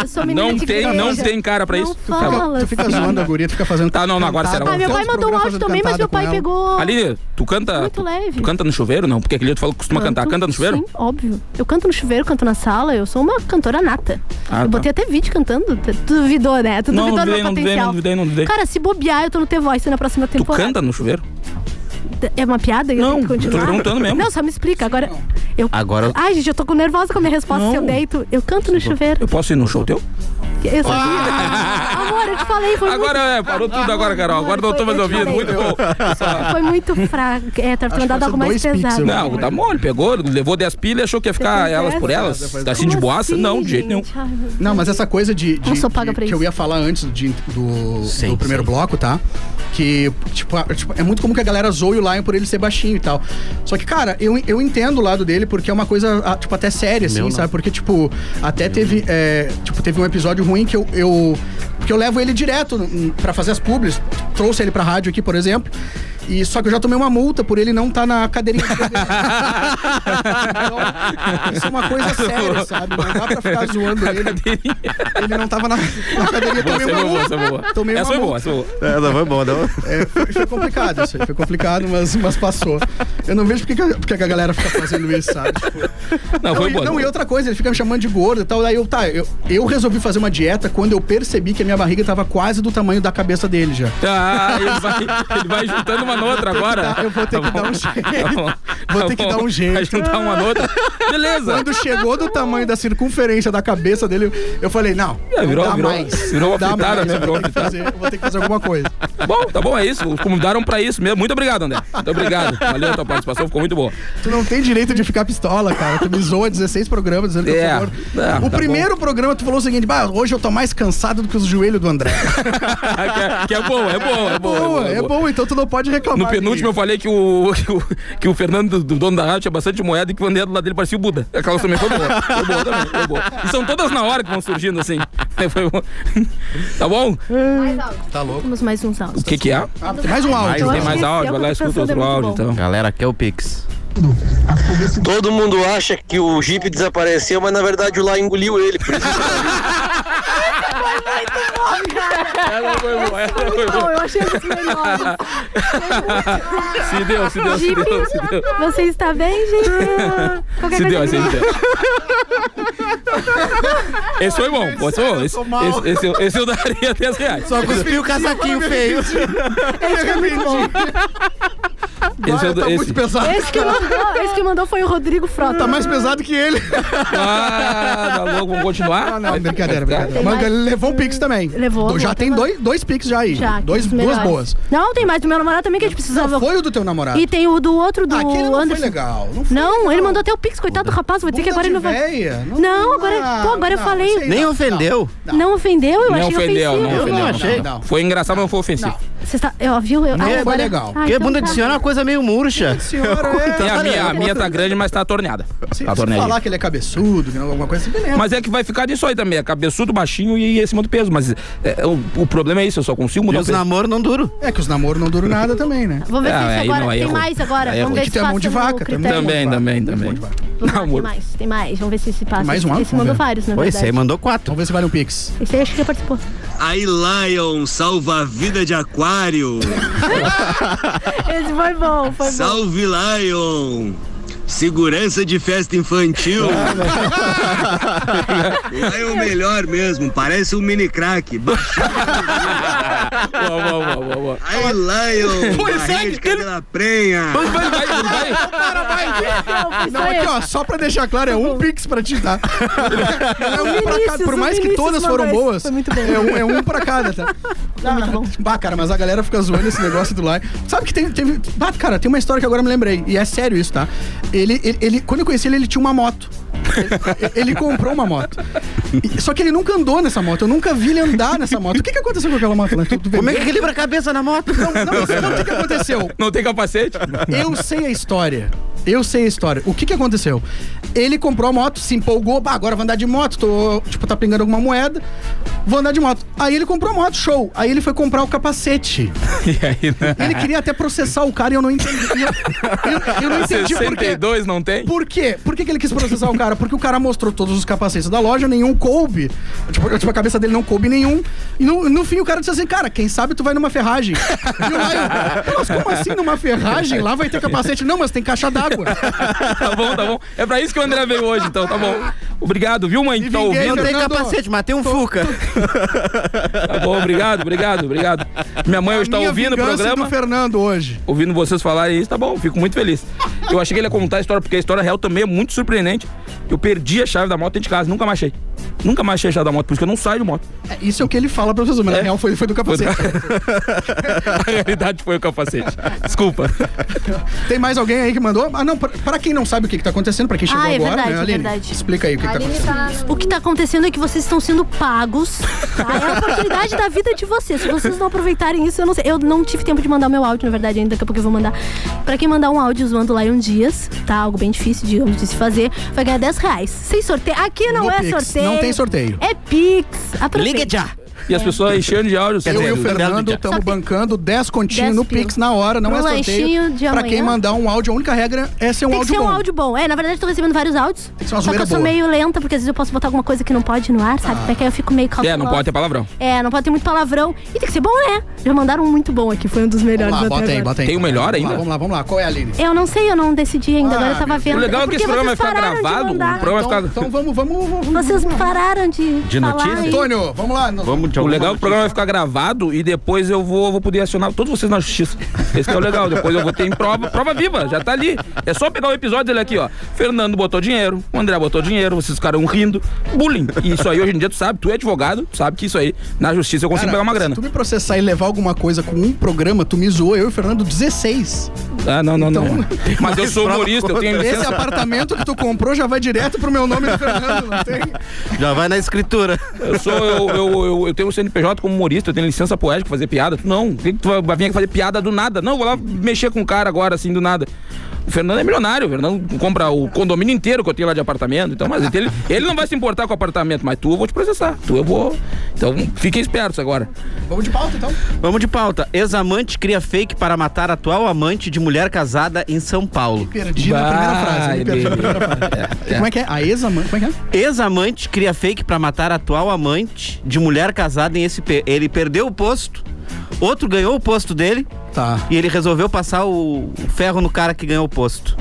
Eu sou menina Não de tem, igreja. não tem cara pra Não isso. fala. Tá bom. Tu fica Assim. zoando a guria, tu fica fazendo. Tá, não, não, agora será. Ah, meu pai Todos os mandou um programas áudio fazendo também, mas cantada meu pai com ela. pegou. Aline, tu canta. Muito tu, leve. tu canta no chuveiro, não? Porque aquele dia tu falou que costuma cantar. Canto, Canta no chuveiro? Sim, óbvio. Eu canto no chuveiro, canto na sala, eu sou uma cantora nata. Ah, eu tá. botei até vídeo cantando. Tu tu duvidou, né? Tu Não, duvidou do duvidei, meu não duvidei, potencial. não duvidei, não duvidei. Cara, se bobear, eu tô no The Voice na próxima Tu temporada. canta no chuveiro? É uma piada? Eu Não, tenho que eu tô continuar? perguntando mesmo. Não, só me explica. Agora. Eu... Agora- Ai, gente, eu tô com nervosa com a minha resposta Não. se eu deito. Eu canto no chuveiro. Eu posso ir no show teu? Eu sabia. Amor, eu te falei, foi Ah! Agora é, parou tudo agora, Carol. Agora não tô mais ouvindo. Muito bom. muito... Foi muito fraco. É, tá te mandado algo mais pesado. Não, tá mole, pegou, levou 10 pilhas e achou que ia ficar elas por elas. Tá assim de boaça? Não, de jeito nenhum. Não, mas essa coisa de. de- Eu sou paga de- pra que eu isso. ia falar antes de- do, do primeiro bloco, tá? Que, tipo, a- tipo, é muito comum que a galera zoe o Lion por ele ser baixinho e tal. Só que, cara, eu, eu entendo o lado dele porque é uma coisa, ah, tipo, até séria, assim, não. sabe? Porque, tipo, até teve. é, tipo, teve um episódio ruim que eu. eu que eu levo ele direto hum, pra fazer as publis. Trouxe ele pra rádio aqui, por exemplo. E só que eu já tomei uma multa por ele não estar na cadeirinha de bebê. Isso é uma coisa séria, sabe? Não dá pra ficar zoando ele. Ele não tava na, na cadeirinha. Boa, essa foi boa, essa foi boa. Tomei uma multa. Tomei uma Essa foi boa, multa. essa foi boa. É, não foi bom, não. É, foi, foi complicado isso aí, foi complicado, mas, mas passou. Eu não vejo porque que, a- porque que a galera fica fazendo isso, sabe? Tipo, Não, foi e- boa. Não, e outra coisa, ele fica me chamando de gordo e tal. Daí eu, tá, eu, eu resolvi fazer uma dieta quando eu percebi que a minha barriga tava quase do tamanho da cabeça dele já. Ah, ele vai, ele vai juntando uma na outra agora. eu vou ter que dar um jeito. Vou ter que dar um jeito. Tá Vai juntar uma na outra. Beleza. Quando chegou do tamanho da circunferência da cabeça dele, eu falei, não, É, virou, não dá virou, mais. virou uma Dá fritada, mais, né? eu Virou vou uma ter que fritada. fazer, eu vou ter que fazer alguma coisa. Bom, tá bom, é isso. Convidaram pra isso mesmo. Muito obrigado, André. Muito obrigado. Valeu a tua participação, ficou muito boa. Tu não tem direito de ficar pistola, cara. Tu me zoa 16 programas dizendo que É, eu sou gordo. é, o tá primeiro programa tu falou o seguinte: bah, hoje eu tô mais cansado do que os joelhos do André. que, é, que é boa, é boa, é boa. Boa, é bom, então tu não pode reclamar. No penúltimo eu falei que o, que o, que o Fernando, do- do dono da rádio, tinha bastante moeda e que o André do lado dele parecia o Buda. A Carol também foi boa. Foi boa também, foi boa. E são todas na hora que vão surgindo assim. É, foi bom. Tá bom? Tá louco. Temos mais uns áudios. O que que é? Ah, tem mais um áudio. Tem mais áudio, vai lá e escuta outro áudio, então. Galera, quer o Pix. Todo mundo acha que o Jeep desapareceu, mas na verdade o lá engoliu ele. Por isso Ela É, foi boa, ela foi boa. Eu achei os melhores. Se deu, se deu, se Gibi, deu, se deu. Você está bem, gente? Qualquer Se deu, assim, coisa se me deu. liga. Esse foi bom, esse foi bom. Esse, esse, esse, eu- esse eu daria 10 reais. Só cuspiu o casaquinho feio. Esse que é muito bom. Esse eu, esse. Esse que mandou, esse que mandou foi o Rodrigo Frota. Tá mais pesado que ele. Ah, tá louco, vamos continuar? Ah, Tá. Não, não, brincadeira, brincadeira. Mas ele levou um pix também. Levou, Já levou, tem dois, dois pix já aí. Já, que dois, os duas melhores. boas. Não, tem mais do meu namorado também que a gente precisava. foi o do teu namorado. Ah, E tem o do outro do Aquele não foi Anderson. legal, não ele mandou até o Pix, coitado do rapaz, vou dizer que agora ele não vai. véia, Não, agora, pô, agora eu falei. Nem ofendeu. Não, ofendeu, eu Não achei ofendeu, não ofensivo. ofendeu. não achei. não. Foi engraçado, mas não foi ofensivo. Você está, ó, viu? Eu, ah, agora- Ah, Porque então bunda tá. de senhora é uma coisa meio murcha. Tem a minha, a minha tá grande, mas tá atorneada. Tá é, Se atorneada. falar que ele é cabeçudo, que não, alguma coisa assim, beleza. Mas é que vai ficar disso aí também, é cabeçudo, baixinho e esse monte de peso. Mas é, o, o problema é isso, eu só consigo mudar E o os peso. namoros não duram. É que os namoros não duram nada também, né? Vamos ver Ah, se aí isso agora. não, aí tem errou. mais agora. Aí Vamos errou. ver Que se tem a mão passa de no vaca, tem a mão de critério. Também, também, também. Vamos lá, Não, amor. tem mais, tem mais. Vamos ver se esse passa. Tem mais um áudio? Esse mandou Vamos ver. vários, na Pô, verdade. esse aí mandou quatro. Vamos ver se vale um pix. Esse aí acho que já participou. Aí, Lion, salva a vida de aquário. Esse foi bom, foi bom. Salve, Lion. Segurança de festa infantil. Lion é o melhor mesmo, parece um mini crack. Baixinho. Boa, boa, boa, boa. Aí, Lion, Pois é, barriga de cabela prenha. Vai, vai, vai, vai. Não, aqui, ó, só pra deixar claro, é um pix pra te dar. É um pra cada. Por mais que todas foram boas, é um, é um pra cada, tá? Bah, cara, mas a galera fica zoando esse negócio do Lion. Sabe que tem, teve. Bah, cara, tem uma história que agora eu me lembrei. E é sério isso, tá? Ele, ele, ele- quando eu conheci ele, ele tinha uma moto. Ele, ele comprou uma moto. E- Só que ele nunca andou nessa moto. Eu nunca vi ele andar nessa moto. O que, que aconteceu com aquela moto lá? Como é que equilibra a cabeça na moto? Não, não, não, o que, que aconteceu? Não tem capacete? Eu sei a história. Eu sei a história. O que que aconteceu? Ele comprou a moto, se empolgou, bah, agora vou andar de moto, tô, tipo, tá pingando alguma moeda, vou andar de moto. Aí ele comprou a moto, show. Aí ele foi comprar o capacete. E aí, né? Ele queria até processar o cara e eu não entendi. Eu, eu- eu não entendi por quê. 62 não tem? Por quê? Por que, que ele quis processar o cara? Porque o cara mostrou todos os capacetes da loja, nenhum coube. Tipo, tipo, a cabeça dele não coube nenhum. E no, no fim o cara disse assim, cara, quem sabe tu vai numa ferragem. E o Lion, mas como assim numa ferragem? Lá vai ter capacete. Não, mas tem caixa d'água. Tá bom, tá bom. É pra isso que o André veio hoje, então, tá bom. Obrigado, viu, mãe? que Tá Ninguém ouvindo? não tem capacete, mas tem um Fuca. Tá bom, obrigado, obrigado, obrigado. Minha mãe hoje tá Minha ouvindo o vingança é programa. do Fernando hoje. ouvindo vocês falarem isso, tá bom, fico muito feliz. Eu achei que ele ia contar a história, porque a história real também é muito surpreendente. Eu perdi a chave da moto dentro de casa, nunca mais achei. Nunca mais chega da moto, por isso que eu não saio de moto. É, isso é o que ele fala pra vocês, mas na real foi, foi do capacete. A realidade foi o capacete. Desculpa. Tem mais alguém aí que mandou? Ah, não, pra, pra quem não sabe o que, que tá acontecendo, pra quem chegou Ah, é agora, verdade, né, é Aline? verdade. Explica aí o que, que tá acontecendo. O que tá acontecendo é que vocês estão sendo pagos. tá? É a oportunidade da vida de vocês. Se vocês não aproveitarem isso, eu não sei. Eu não tive tempo de mandar o meu áudio, na verdade, ainda daqui a pouco eu vou mandar. Pra quem mandar um áudio zoando Lion Dias, tá? Algo bem difícil, digamos, de se fazer, vai ganhar 10 reais. Sem sorteio. Aqui não No é Pix, sorteio. não tem sorteio. É Pix. Aproveita. E as pessoas enchendo de áudio. Eu e o Fernando Só estamos bancando 10 10 continhos no Pix na hora, não Pro é sorteio. lanchinho de pra quem amanhã. mandar um áudio, a única regra é ser um Tem que áudio ser bom. um áudio bom. É, na verdade, eu tô recebendo vários áudios. ser uma só que zoeira eu sou boa. Ah. meio lenta, porque às vezes eu posso botar alguma coisa que não pode no ar, sabe? Porque aí eu fico meio É, calculada. não pode ter palavrão. É, não pode ter muito palavrão. E tem que ser bom, né? Já mandaram um muito bom aqui, foi um dos melhores até agora. Tem o melhor ainda? Vamos lá, vamos lá. Qual é a Aline? Eu não sei, eu não decidi ainda. agora eu Ah, tava vendo. O legal é que esse Porque programa vai vocês ficar pararam de gravado. um O mandar. programa vai ficar. Então vamos, vamos, vamos. Vocês pararam de. De falar notícia? aí. Antônio, vamos lá. Nós- o legal é que o programa vai ficar gravado e depois eu vou, vou poder acionar todos vocês na justiça. Esse que é o legal. Depois eu vou ter em prova, prova viva, já tá ali. É só pegar o episódio dele aqui, ó. Fernando botou dinheiro, o André botou dinheiro, vocês ficaram rindo. Bullying. E isso aí hoje em dia tu sabe, tu é advogado, tu sabe que isso aí na justiça eu consigo Cara, pegar uma grana. Se tu me processar e levar alguma coisa com um programa, tu me zoou, eu e o Fernando 16. Ah, não, não, não. Mas eu sou humorista, eu tenho Esse licença. apartamento que tu comprou já vai direto pro meu nome do Fernando, não tem? Já vai na escritura. Eu sou, eu, eu, eu, eu tenho um CNPJ como humorista, eu tenho licença poética pra fazer piada. Tu Não, tem que tu vai- vai vir aqui fazer piada do nada. Não, vou lá mexer com o cara agora, assim, do nada. O Fernando é milionário, o Fernando compra o condomínio inteiro que eu tenho lá de apartamento, então, mas ele, ele não vai se importar com o apartamento, mas tu eu vou te processar, tu eu vou. Então, fiquem espertos agora. Vamos de pauta então? Vamos de pauta. Ex-amante cria fake para matar atual amante de mulher casada em São Paulo. Perdi na primeira frase. me perdi na primeira frase. Como é que é? A ex-amante, como é que é? Ex-amante cria fake para matar atual amante de mulher casada em SP. Ele perdeu o posto, outro ganhou o posto dele. Tá. E ele resolveu passar o ferro no cara que ganhou o posto.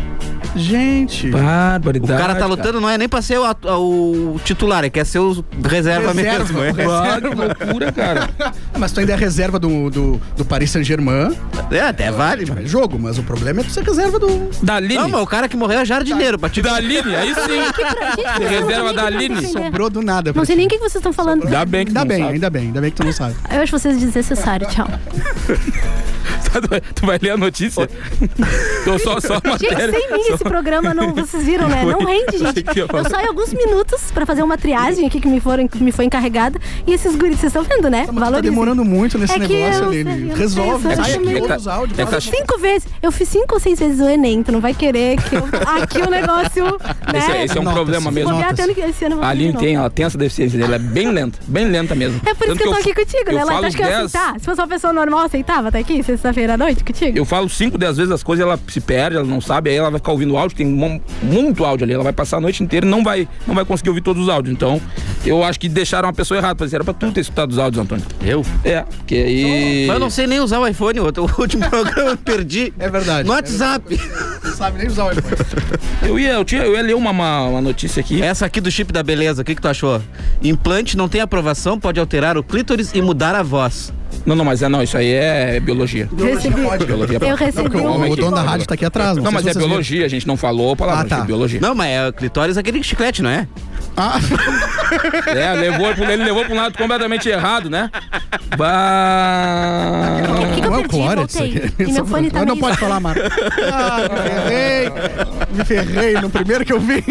Gente. O Barbaridade. cara tá lutando, não é nem pra ser o, atu- o titular, ele quer ser o reserva, mesmo. é. Ah, que loucura, cara. Ah, Mas tu ainda é reserva do, do, do Paris Saint-Germain. É, até vale. Jogo, mas o problema é tu ser reserva do. Dali. Não, mas o cara que morreu é jardineiro, batido. Daline, aí sim. Gente, eu não sei nem o Reserva da que eu tô Aline. entendendo. Sobrou do nada. É. pra Não sei ti. nem o que vocês estão falando. Ainda bem que tu Ainda não bem, sabe. ainda bem, ainda bem que tu não sabe. Eu acho vocês desnecessários. Tchau. Tá, tu vai- Tu vai ler a notícia? Tô só, só a Gente, matéria. sem mim esse programa não. Vocês viram, né? Não rende, gente. que eu ia Eu falar. saio alguns minutos pra fazer uma triagem aqui que me, foram, que me foi encarregada. E esses guris, vocês estão vendo, né? Mas tu tá Valorizem. demorando muito nesse É que negócio, eu- Aline. eu- Resolve, eu- sai eu- aqui, eu- ouve os áudios. é que tá- Cinco vezes. Eu fiz cinco ou seis vezes o Enem, tu não vai querer que eu... Aqui o negócio, né? Esse, é- esse é um Nota-se, problema Vou mesmo. bobear até ano que- esse ano eu vou A fazer de Aline novo. tem, ela tem essa deficiência, ela é bem lenta, bem lenta mesmo. É por isso Tanto que eu tô aqui f- contigo, né? eu Ela falo acho que eu ia dez- aceitar. Se fosse uma pessoa normal, aceitava tá aqui sexta-feira à noite contigo? Eu falo 5, 10 vezes as coisas, ela se perde, ela não sabe, aí ela vai ficar ouvindo áudio, tem mu- muito áudio ali, ela vai passar a noite inteira e não vai, não vai conseguir ouvir todos os áudios. Então, eu acho que deixaram a pessoa errada, porque era pra tu ter escutado os áudios, Antônio. Eu? É, porque aí... Mas eu não sei nem usar o iPhone, outro. o último programa eu perdi. É verdade. No WhatsApp. assim. Não sabe nem usar o iPhone. Eu ia, eu, tinha, eu ia ler uma, uma, uma notícia aqui. Essa aqui do chip da beleza, o que, que tu achou? Implante não tem aprovação, pode alterar o clítoris e mudar a voz. Não, não, mas é não, isso aí é biologia. Então, Recebi. Biologia. Eu recebi Porque um... o, o dono da rádio tá aqui atrás, Não, sei mas se é vocês viram. biologia, a gente não falou a palavra, Ah, tá. é biologia. assim Não, mas é o clitóris é aquele chiclete, não é? Ah, É, levou, pro- ele levou pra um lado completamente errado, né? Bah... O que, que eu não é o perdi? Clóris, isso Voltei. aqui. E meu fone tá Não meio- pode falar, Marco. Ah, me ferrei. Me ferrei no primeiro que eu vi.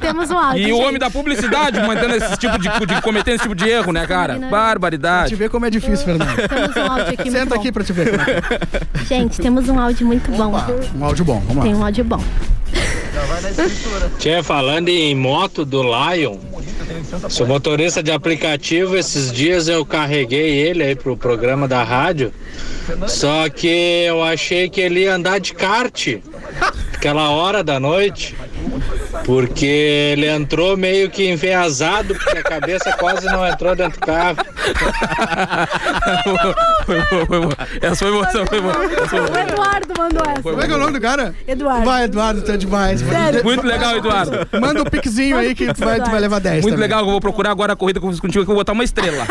Temos um áudio. E o gente. homem da publicidade mantendo esse tipo de, de- cometendo esse tipo de erro, né, cara? Pra te Barbaridade. ver como é difícil, Fernando. Temos um áudio aqui muito Senta bom. aqui pra te ver. como é que Gente, temos um áudio muito bom. é. Um áudio bom, vamos Tem lá. um áudio bom. Tchê, falando em moto do Lion, sou motorista de aplicativo. Esses dias eu carreguei ele aí pro programa da rádio. Só que eu achei que ele ia andar de kart aquela hora da noite. Porque ele entrou meio que enviesado, porque a cabeça quase não entrou dentro do carro. Foi boa, foi boa. Essa foi boa, essa foi boa. Essa foi O boa. Eduardo mandou essa. Como é que é o nome do cara? Eduardo. Vai, Eduardo, tu é demais. Sério. Muito legal, Eduardo. Manda um piquezinho aí que tu vai, tu vai levar 10. Muito também. legal, eu vou procurar agora a corrida que eu fiz contigo que eu vou botar uma estrela.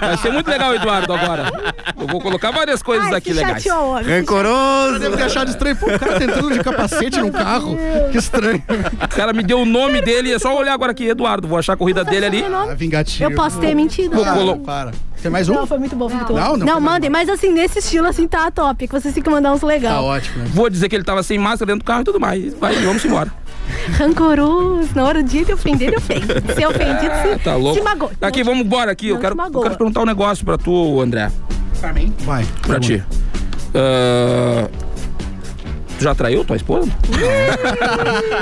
Vai ser muito legal, Eduardo, agora. Eu vou colocar várias coisas aqui legais. Eu devo ter achado estranho. Pô, o cara tentando de capacete num carro. Que estranho. O cara me deu o nome dele, é só olhar agora aqui, Eduardo. Vou achar a corrida dele ali. Vingativo. Eu posso ter mentido. Vou né? colo- Para. Tem mais um? Não, foi muito bom, foi muito bom. Não, não, Não, mandem, mas assim, nesse estilo, assim, tá top. Que vocês têm que mandar uns legal. Tá ótimo. né? Vou dizer que ele tava sem máscara dentro do carro e tudo mais. Vai, vamos embora. Rancoroso, na hora de te ofender, ele ofende. Se ofendido, se, Ah, tá louco. se magoa. Aqui, vamos embora aqui. Eu Não quero, te eu magoa. quero te perguntar um negócio pra tu, André. Pra mim? Vai. Pra ti. Ah, tu já traiu tua esposa?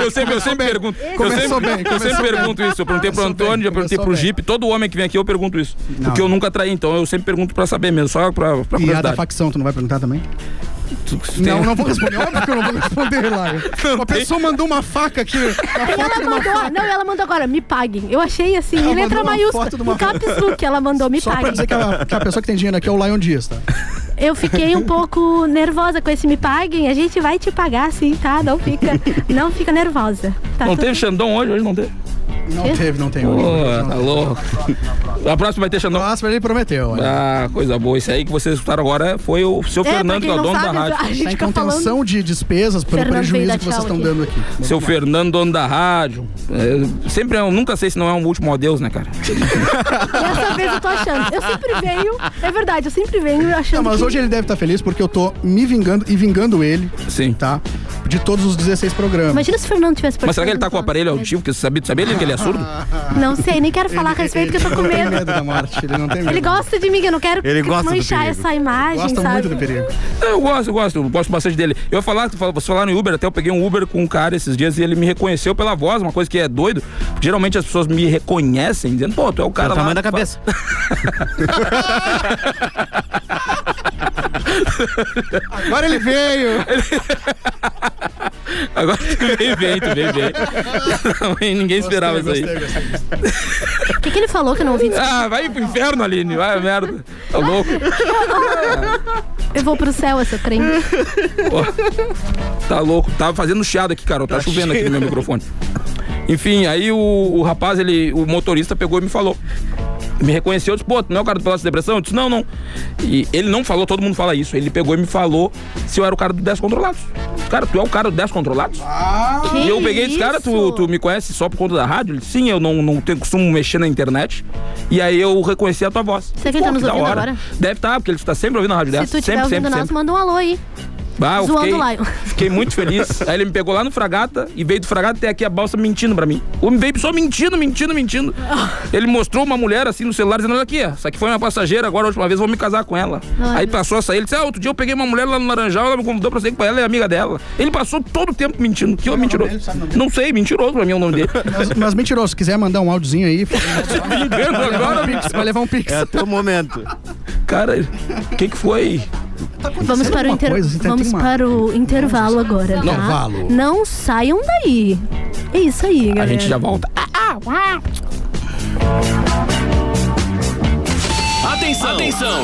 eu sempre, eu sempre pergunto. Começou eu sempre, bem, eu começou sempre bem. pergunto isso. Eu perguntei pro Começou Antônio, bem, já perguntei começou pro bem. Jeep. Todo homem que vem aqui eu pergunto isso. Porque eu nunca traí, então eu sempre pergunto pra saber mesmo, só pra, pra E é a da curiosidade. facção, tu não vai perguntar também? Tu- Não, tem- não vou responder. Óbvio que eu não vou responder, lá. Uma tem. pessoa mandou uma faca aqui. Uma Aí foto ela de uma mandou, não, ela mandou agora, me paguem. Eu achei assim, Ela em mandou letra uma maiúscula, foto de uma em caps look, ela mandou, me Só pra paguem. dizer que a, que a pessoa que tem dinheiro aqui é o Lion Dias, tá? Eu fiquei um pouco nervosa com esse me paguem, a gente vai te pagar sim, tá? Não fica, não fica nervosa. Tá Não tudo teve Xandão hoje? Hoje não teve. Não teve, Ah. não tem. hoje. Pô, tá louco. A próxima vai ter Xandão. Nossa, mas ele prometeu. olha. Ah, coisa boa. Isso aí que vocês escutaram agora foi o seu É, pra Fernando, quem que é o não dono sabe, da rádio. a gente Tá em fica contenção falando- de despesas pelo Fernando veio prejuízo dar que vocês tchau estão aqui. dando aqui. Seu Fernando, dono da rádio. É, sempre é um. Nunca sei se não é um último adeus, né, cara? Dessa vez eu tô achando. Eu sempre venho, é verdade, eu sempre venho achando. Não, mas que- hoje ele deve estar feliz porque eu tô me vingando e vingando ele. Sim. Tá? De todos os 16 programas. Imagina se o Fernando tivesse Mas será que ele tá com o aparelho auditivo? Que você sabia, tu sabia Lino, que ele é surdo? Não sei, nem quero falar a respeito, que eu tô com Ele não tem medo. medo da morte, ele não tem medo. Ele gosta de mim, eu não quero Ele gosta do manchar perigo. essa imagem, Gosta sabe? muito do perigo. Eu gosto, eu gosto, eu gosto bastante dele. Eu ia falar, tu fala- vocês falaram em Uber, até eu peguei um Uber com um cara esses dias e ele me reconheceu pela voz, uma coisa que é doido. Geralmente as pessoas me reconhecem dizendo, pô, tu é o cara. Pelo lá tamanho da que faz- Tá cabeça. Agora ele veio! Agora tu veio bem, tu veio bem. Também Ninguém esperava isso aí. O que, que ele falou que eu não ouvi? Ah, vai pro inferno, Aline, vai, merda. Tá louco? Eu vou pro céu, essa crente. Tá louco, tava fazendo chiado aqui, Carol. Tá, chovendo aqui no meu microfone. Enfim, aí o, o rapaz, ele, o motorista pegou e me falou. Me reconheceu, eu disse, pô, tu não é o cara do Palácio da Depressão? Eu disse, não, não. E ele não falou, todo mundo fala isso. Ele pegou e me falou se eu era o cara do 10 Controlados. Cara, tu é o cara do 10 Controlados? e eu peguei esse cara, tu, tu me conhece só por conta da rádio? Ele disse, sim, eu não, não tenho costumo mexer na internet. E aí eu reconheci a tua voz. Será que ele tá Pô, nos da ouvindo hora. agora? Deve estar, porque ele tá sempre ouvindo a rádio Se dessa. tu estiver sempre, ouvindo sempre, nós, sempre. manda um alô aí. Bah, Ah, eu Zoando fiquei, o Lion. fiquei muito feliz. Aí ele me pegou lá no Fragata e veio do Fragata até aqui a balsa mentindo pra mim. O homem veio só mentindo, mentindo, mentindo. Ele mostrou uma mulher assim no celular dizendo: Olha aqui, essa aqui foi minha passageira, agora a última vez eu vou me casar com ela. Olha. Aí passou essa aí, ele disse: Ah, outro dia eu peguei uma mulher lá no Laranjal, ela me convidou pra sair com ela, é amiga dela. Ele passou todo o tempo mentindo. Que homem mentiroso. Não sei, mentiroso pra mim é o nome dele. Mas, mas mentiroso, se quiser mandar um áudiozinho aí, Vendo agora, pix, vai levar um pix. É teu momento. Cara, o que que foi? Vamos para o, inter... é coisa, tem- Vamos tem uma- para o intervalo agora, tá? Intervalo. Não saiam daí. É isso aí, galera. A gente já volta. Ah, Atenção! Atenção!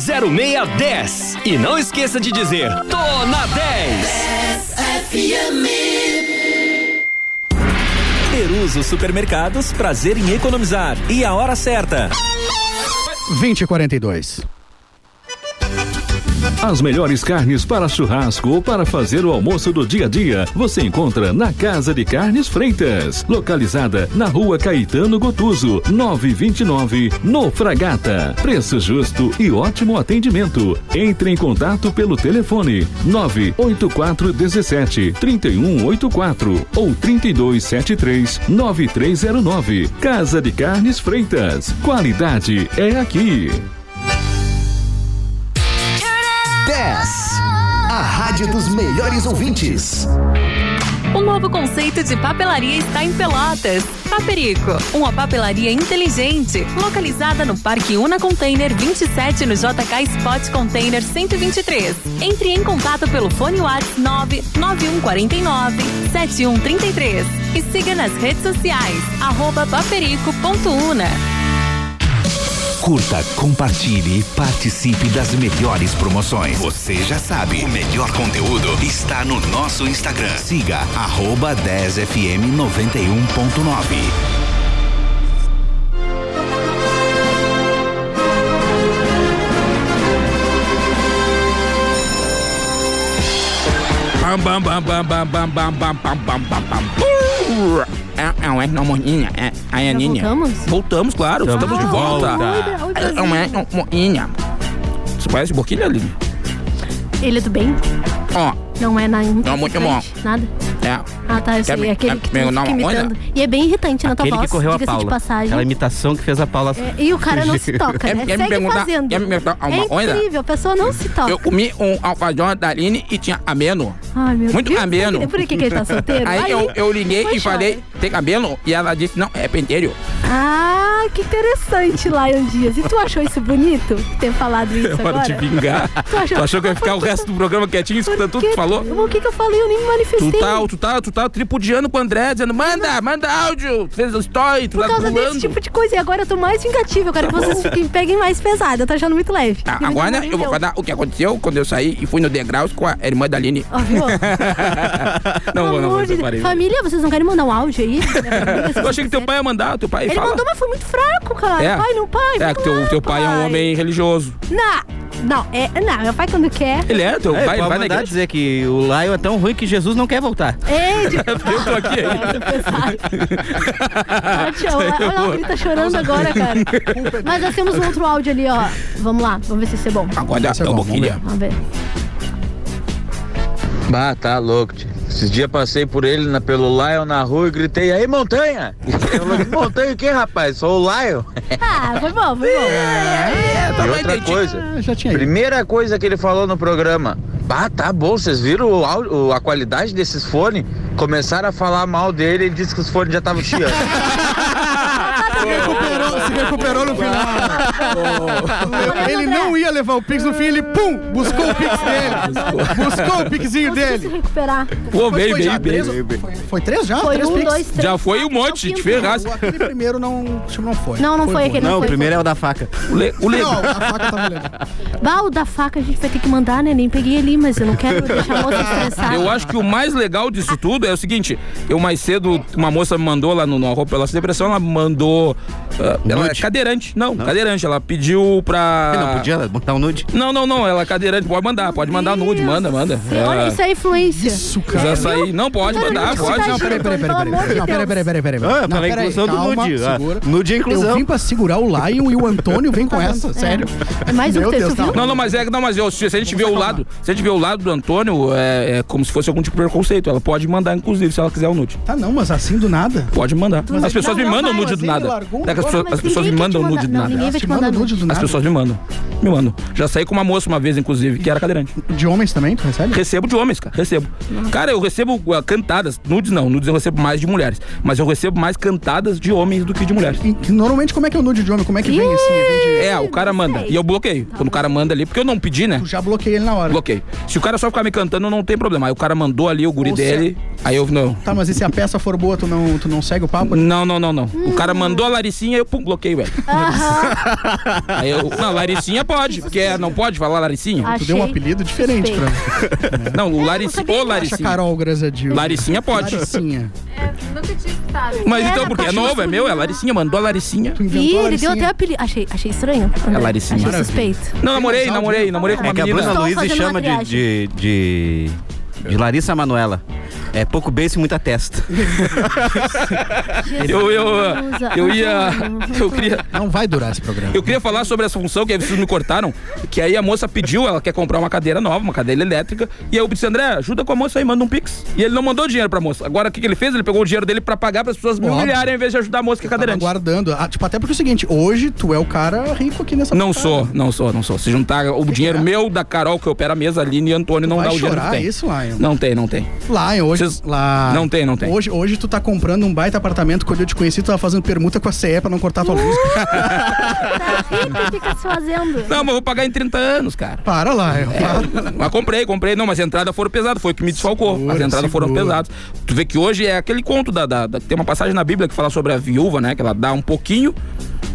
0610. E não esqueça de dizer: Tô na 10. Peruso Supermercados, prazer em economizar. E a hora certa. 20 e 42. As melhores carnes para churrasco ou para fazer o almoço do dia a dia você encontra na Casa de Carnes Freitas, localizada na Rua Caetano Gotuso, 929, no Fragata. Preço justo e ótimo atendimento. Entre em contato pelo telefone 98417 3184 ou 3273 9309. Casa de Carnes Freitas. Qualidade é aqui. 10. A rádio dos melhores ouvintes. O novo conceito de papelaria está em Pelotas. Paperico, uma papelaria inteligente, localizada no Parque Una Container 27 no JK Spot Container 123. Entre em contato pelo fone WhatsApp 99149 7133 e siga nas redes sociais arroba paperico.una. Curta, compartilhe e participe das melhores promoções. Você já sabe, o melhor conteúdo está no nosso Instagram. Siga arroba 10fm91.9. Bam, bam, bam, bam, bam, bam, bam, bam, bam, bam, bam, bam. Burra. É, é, é, não, morninha, é, aí, Aninha. voltamos? Voltamos, claro, estamos Ah, de volta. É, não, é, não, morninha. Você conhece Boquilha, Aline? Ele é do bem? Ó, Não é na Não, muito bom. Nada? é. Ah, tá, eu sei. Quer me- É aquele quer que tu me fica dar uma olhada? imitando. E é bem irritante na tua Aquele voz, que correu a diga-se de Paula. passagem. Aquela imitação que fez a Paula. É, e o cara não se toca, Quer- né? quer me Segue perguntar- fazendo. quer me perguntar uma é coisa? incrível, a pessoa não se toca. Eu comi um alfajor da Aline e tinha ameno. Ai, meu Muito Deus. ameno. Por que, que ele tá solteiro? Aí eu, eu liguei e falei, tem cabelo? E ela disse, não, é penteiro. Ah, que interessante, Lion Dias. E tu achou isso bonito? Ter falado isso É hora agora? de vingar. Tu achou- Tu achou que eu ia ficar o resto do programa quietinho, escutando tudo que tu falou? O que que eu falei? Eu nem me manifestei. Tu tá, tu tá, tu tá tripudiando com o André, dizendo, manda, manda áudio, tu fez o story, tu Por tá causa desse pulando. tipo de coisa. E agora eu tô mais vingativa. Eu quero que vocês fiquem, peguem mais pesado. Eu tô achando muito leve. Tá, agora eu vou falar o que aconteceu quando eu saí e fui no degraus com a irmã da Aline. viu? não, vou, não, vou, eu parei. Família, vocês não querem mandar um áudio aí? Eu achei que teu pai ia mandar, teu pai Ele fala. mandou, mas foi muito fraco, cara. É. Pai, não pai. É, que teu, teu pai é um homem religioso. Não, não, é, não, meu pai quando quer. teu pai- é, pode vai na mandar igreja. dizer que o Laio é tão ruim que Jesus não quer voltar. Ei, é de... Eu tô aqui. Ah, tchau. Olha lá, ele tá chorando agora, cara. Mas nós temos um outro áudio ali, ó. Vamos lá, vamos ver se isso é bom. Agora Tá é um pouquinho. Vamos ver. Bah, tá louco. tio. Esses dias passei por ele na, pelo Lion na rua e gritei, aí montanha! Eu falei, montanha o que, rapaz? Sou o Lion. Ah, foi bom, foi bom. É. É, e outra coisa, primeira coisa que ele falou no programa, bah, tá bom, vocês viram o áudio- o- a qualidade desses fones? Começaram a falar mal dele e disse que os fones já estavam chiando. Se recuperou, se recuperou no final. Ele não ia levar o Pix, no fim ele, pum, buscou o Pix dele. Buscou o Pixzinho Se dele. recuperar. Pô, Foi- veio, foi já veio, três- veio, veio. Foi três já? Foi três um, Pix? dois, três, Já foi um monte, te ferrasse. O- Aquele primeiro não, acho que não foi. né? Não, não foi aquele, não Não, o foi, primeiro é o da faca. O, le, o legal. Não, a faca tava legal. Bah, o da faca a gente vai ter que mandar, né? Nem peguei ali, mas eu não quero deixar a moça estressada. Eu acho que o mais legal disso tudo é o seguinte: eu mais cedo, uma moça me mandou lá no, no Arroba pela Depressão, ela mandou. ah, ela é cadeirante. Não, cadeirante. Ela pediu pra. Ah. Não podia botar um nude? Não, não, não. Ela é cadeirante. Pode mandar, pode mandar nude. Manda, manda. Olha, Ela- isso é influência. Isso, cara. Já saí. Não, pode Cara, mandar, isso pode. tá Não, junto, peraí, peraí, pelo peraí, amor de Não, peraí, Deus. peraí, peraí, peraí. Ah, Não, pela peraí, inclusão do calma, nude, ah, segura. nude é inclusão. Eu vim pra segurar o Lion e o Antônio vem com essa, sério. É mais um Meu texto, Deus, tá viu? Não, não, mas é, não, mas eu- se, se a gente vê o lado, se a gente vê o lado do Antônio, é, é como se fosse algum tipo de preconceito. Ela pode mandar, inclusive, se ela quiser o nude. Tá não, mas assim do nada. Pode mandar. Mas As pessoas me não, não mandam vai, nude do mas ele nada. largou um É que as negócio, pessoas, mas as pessoas me ninguém quer mandam te nude do mandar- não, nada. ninguém vai te mandar Te mandam nude do As nada. pessoas me mandam. Me mandam. Já saí com uma moça uma vez, inclusive, que era cadeirante. De homens também, tu recebe? Recebo de homens, cara. Recebo. Cara, eu recebo ah, cantadas. Nudes não. Nudes eu recebo mais de mulheres. Mas eu recebo mais cantadas de homens do que de mulheres. E- e Normalmente, como é que é o nude de homem? Como é que vem assim? Vem de... É, o cara manda. E eu bloqueio. Quando o cara manda ali, porque eu não pedi, né? Já bloqueei ele na hora. Bloqueio. Se o cara só ficar me cantando, não tem problema. Aí o cara mandou ali o guri Ou dele. Aí eu não. Tá, mas e se a peça for boa, tu não, tu não segue o papo? Não, não, não, não. O cara mandou a Laricinha, eu pum, bloqueio, velho. Aí eu, não, Laricinha pode, porque é- não pode falar Laricinha. Tu deu um apelido diferente pra mim. Não, o Laricinha. Ô, Acha Laricinha. Carol Grazadil. Laricinha pode. Laricinha. Nunca tive Sabe? Mas É, então, da porque é parte novo, é meu, é Laricinha, mandou a Laricinha. um Ih, ele deu até apelido. Achei, achei estranho. É André. Laricinha. Achei suspeito. Não, namorei, namorei, namorei Ah, com É uma que a menina. Bruna Estou Luiz fazendo chama de, de, de, de Larissa Manuela. É pouco beijo e muita testa. Eu, eu, eu ia. Eu queria. Não vai durar esse programa. Eu queria falar sobre essa função que aí vocês me cortaram, que aí a moça pediu, ela quer comprar uma cadeira nova, uma cadeira elétrica, e aí eu disse, André, ajuda com a moça aí, manda um pix. E ele não mandou dinheiro pra moça. Agora o que, que ele fez? Ele pegou o dinheiro dele pra pagar pras pessoas me Óbvio. humilharem em vez de ajudar a moça que é Tava cadeirante. guardando. Ah, tipo, até porque é o seguinte, hoje tu é o cara rico aqui nessa Não sou, não sou, não sou. Se juntar o dinheiro meu da Carol, que opera a mesa, Aline e Antônio, não Vai dá o dinheiro que chorar é tem. isso, Lion? Não tem, não tem. Lion, hoje. Lá... Não tem, não tem. Hoje, hoje tu tá comprando um baita apartamento. Quando eu te conheci, tu tava fazendo permuta com a CE pra não cortar tua luz. Tá fica se fazendo. Não, mas eu vou pagar em 30 anos, cara. Para, Lion. É, mas comprei, comprei. Não, mas as entradas foram pesadas. Foi o que me desfalcou. as entradas foram segura. pesadas. Tu vê que hoje é aquele conto da, da- da- Tem uma passagem na Bíblia que fala sobre a viúva, né? Que ela dá um pouquinho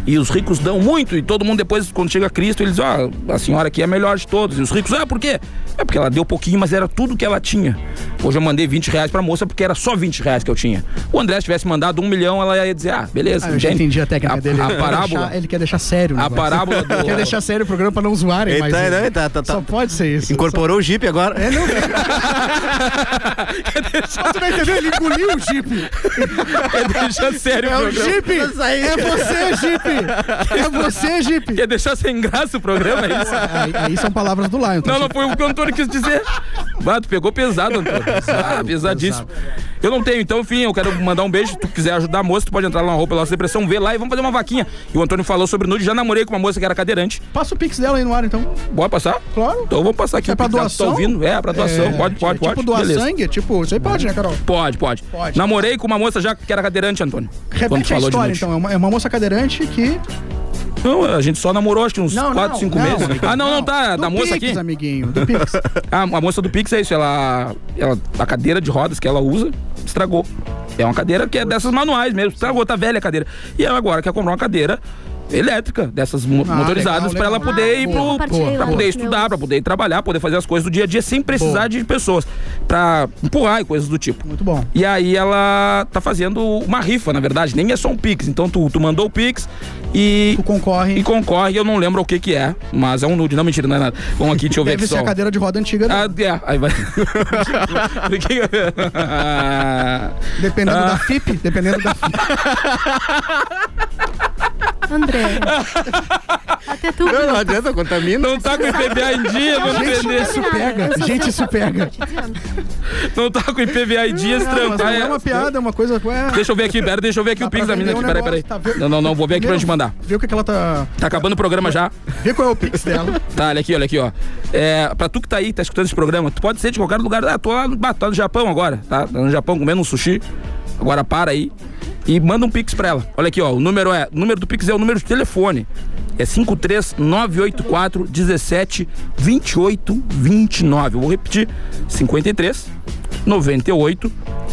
e os ricos dão muito. E todo mundo depois, quando chega Cristo, eles ó, a senhora aqui é a melhor de todos. E os ricos, ah, por quê? É porque ela deu pouquinho, mas era tudo que ela tinha. Hoje eu mandei 20 reais pra moça porque era só 20 reais que eu tinha. O André se tivesse mandado um milhão, ela ia dizer, ah, beleza. Ah, eu já entende? entendi a técnica A- dele. a Ele quer parábola. deixar- ele quer deixar sério. o A negócio. parábola né? do- Ele quer deixar sério o programa pra não zoarem Ele mais. tá- ele. não, ele tá- tá- Só tá- pode ser isso. Incorporou o Jeep agora. É, não. Só tu vai entender, ele engoliu o Jeep. Quer deixar sério o É o programa. Jeep. É você, Jeep. É você, Jeep. Quer deixar sem graça o programa, é isso? Aí, aí são palavras do Lion. tá? Não, não foi o que o Antônio quis dizer. Bah, tu pegou pesado, Antônio. Ah, pesadíssimo. Eu não tenho, então, enfim, eu quero mandar um beijo. Se tu quiser ajudar a moça, tu pode entrar lá na roupa Nossa Depressão, vê lá e vamos fazer uma vaquinha. E o Antônio falou sobre nude, já namorei com uma moça que era cadeirante. Passa o pix dela aí no ar, então. Bora passar? Claro. Então vamos passar aqui. É o pra Pix dela, tu doação? Tá ouvindo? É, pra doação. É, pode, pode, tipo pode. doar Beleza. sangue? Tipo, você pode, né, Carol? Pode, pode, Pode. Namorei com uma moça já que era cadeirante, Antônio. quando tu Repete a falou história, de nude. então. É uma, é uma moça cadeirante que... Não, a gente só namorou acho que uns Não, 4, não, 5 não, meses. amiguinho, Ah, não, não, não. tá. Do da moça Pix, aqui. amiguinho, do Pix. Ah, A, a moça do Pix é isso, ela, ela. A cadeira de rodas que ela usa estragou. É uma cadeira que é dessas manuais mesmo. Estragou, tá velha a cadeira. E ela agora quer comprar uma cadeira elétrica, dessas mo- Ah, motorizadas, legal, pra ela legal. poder Ah, ir boa, pro. compartilhei pro- lá pra nos poder estudar, pra poder ir trabalhar, poder fazer as coisas do dia a dia sem precisar de pessoas. Pra empurrar e coisas do tipo. Muito bom. E aí ela tá fazendo uma rifa, na verdade, nem é só um Pix. Então tu, tu mandou o Pix e. Tu concorre. E concorre, eu não lembro o que que é, mas é um nude. Não, mentira, não é nada. Vamos aqui, deixa eu ver Deve aqui ser só. a cadeira de roda antiga. né? Ah, é. Aí vai. Por que- Dependendo Ah. da FIP, dependendo da FIP. André. Até tu. Não, não adianta, contamina. Não tá com IPVA em dia, vamos Gente, perder. isso pega. Gente, isso pega. Não tá com IPVA em dia, Não, mas não estrampar. é uma piada, é uma coisa... É... Deixa eu ver aqui, pera, deixa eu ver aqui o Pix da vender menina aqui, um peraí, peraí. negócio, tá vendo? Não, não, não, vou ver aqui pra Primeiro- gente mandar. Vê o que que ela tá... Tá acabando o programa já. Vê qual é o Pix dela. Tá, olha aqui, olha aqui, ó. É, pra tu que tá aí, tá escutando esse programa, tu pode ser de qualquer lugar. Ah, tô lá no, bah, tô no Japão agora, tá? Tá no Japão comendo um sushi. Agora para aí. E manda um Pix pra ela. Olha aqui, ó. O número é. O número do Pix é o número de telefone. É 53984 17 28 29. Eu vou repetir. 53 98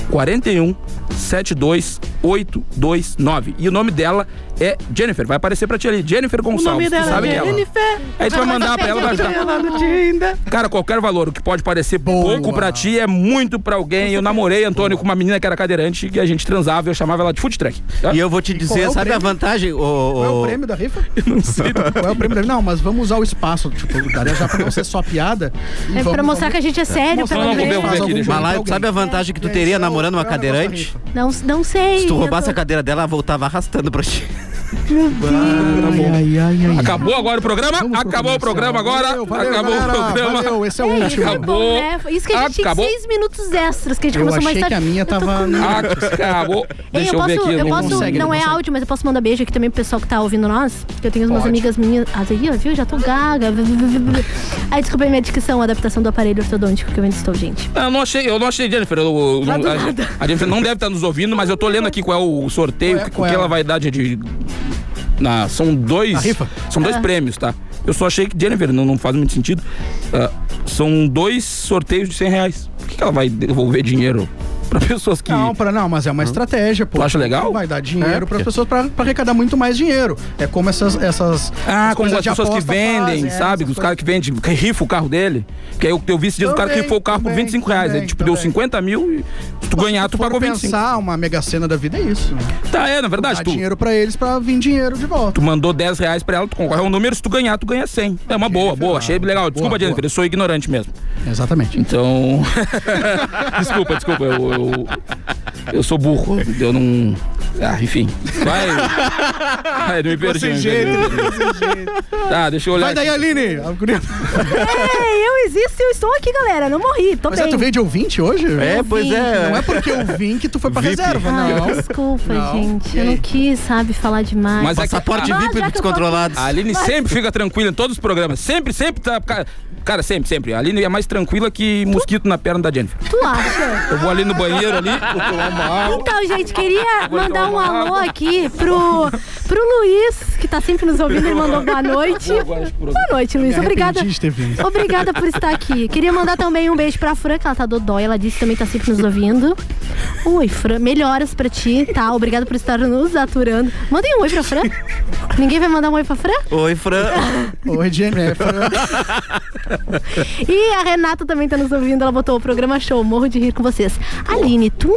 41 72 829. E o nome dela é Jennifer. Vai aparecer pra ti ali. Jennifer Gonçalves. tu sabe quem é ela. Aí tu vai mandar pra ela, vai ajudar. Cara, qualquer valor, o que pode parecer pouco pra ti é muito pra alguém. Eu tá namorei, Antônio, com uma menina que era cadeirante e a gente transava, eu chamava ela de food truck. E eu vou te Qual é dizer, o sabe a prêmio? vantagem? Qual é o O, prêmio da rifa? Qual é o prêmio da rifa? Não, mas vamos usar o espaço. Tipo, daria já pra não ser só piada. É pra mostrar que a gente é sério, pelo um um menos. Malai, sabe a vantagem que É, tu teria namorando uma cadeirante? Não, não sei. Se tu roubasse a eu tô- cadeira dela, ela voltava arrastando pra ti. Meu Deus. Acabou agora o programa? Acabou o programa agora? Valeu, valeu, Acabou galera. o programa. Valeu, esse é o É, isso último. é bom, né? Isso que a gente Acabou. tinha seis minutos extras, que a gente Eu começou mais achei que tarde. a minha tava... Acabou. Ei, Ah, Deixa eu eu ver posso, aqui. eu posso, não é áudio, mas eu posso mandar beijo aqui também pro pessoal que tá ouvindo nós. que Eu tenho umas Pode. amigas minhas. As aí, ó, viu? Já tô gaga. Aí desculpa a minha dicção, a adaptação do aparelho ortodôntico que eu ainda estou, gente. Ah, Eu não achei, eu não achei, Jennifer. Eu- eu- Tá Lá do a, nada. a Jennifer não deve estar nos ouvindo, mas eu tô lendo aqui qual é o sorteio, o que, qual é? que ela vai dar de. de- na, são dois. Na rifa? São dois Ah. prêmios, tá? Eu só achei que, Jennifer, não, não faz muito sentido. Ah, são dois sorteios de 100 reais. Por que, que ela vai devolver dinheiro pra pessoas que. Não, pra, não, mas é uma estratégia, pô. Tu acha legal? Vai dar dinheiro É? pras pessoas pra, pra arrecadar muito mais dinheiro. É como essas. essas Ah, como essas coisas as de pessoas que aposta vendem, fazem, é, sabe? Os caras que vendem, que rifa o carro dele. Porque aí eu, eu vi esse dia do cara que Também, rifou o carro por também, 25 reais. também, ele, tipo, deu 50 mil e se tu tu ganhar, tu pagou 25. pensar uma mega cena da vida é isso. né? Tá, é, na verdade. Dá tu, dinheiro pra eles pra vir dinheiro de volta. tu mandou 10 reais pra ela, tu concorre a um número, se tu ganhar, tu ganha 100. É uma boa, boa, achei legal. Desculpa, boa. Jennifer, eu sou ignorante mesmo. Exatamente. Então. desculpa, desculpa, eu, eu, eu sou burro. Eu não. Ah, enfim. Vai. Ai, não me perdi. sem não me jeito, perdi. Tá, deixa eu olhar. Vai daí, aqui. Aline! A guria- É, eu existo e eu estou aqui, galera. Não morri, tô Mas bem. é, tu veio de ouvinte hoje? É, Eu pois vim. é. Não é porque eu vim que tu foi pra reserva, Ai, não. É desculpa, Não. gente. Eu não quis, sabe, falar demais. Mas é que- Ah, já que eu tô A aqui- Aline Mas- sempre fica tranquila em todos os programas. Sempre, sempre tá. ca- Cara, sempre, sempre. A Aline é mais tranquila que mosquito na perna da Jennifer. é- Tu acha? Eu vou ali no banheiro ali. Então, gente, queria Vou mandar um tomar uma alô água. aqui pro, pro Luiz, que tá sempre nos ouvindo, ele mandou boa noite. Boa noite, Luiz. Me Obrigada. arrependi de ter vindo. Obrigada por estar aqui. Queria mandar também um beijo pra Fran, que ela tá dodói, ela disse que também tá sempre nos ouvindo. Oi, Fran, melhoras pra ti, tá? Obrigada por estar nos aturando. Mandem um oi pra Fran. Ninguém vai mandar um oi pra Fran? Oi, Fran. Oi, Jamie. É, Fran. E a Renata também tá nos ouvindo, ela botou o programa show, morro de rir com vocês. Aline, tu,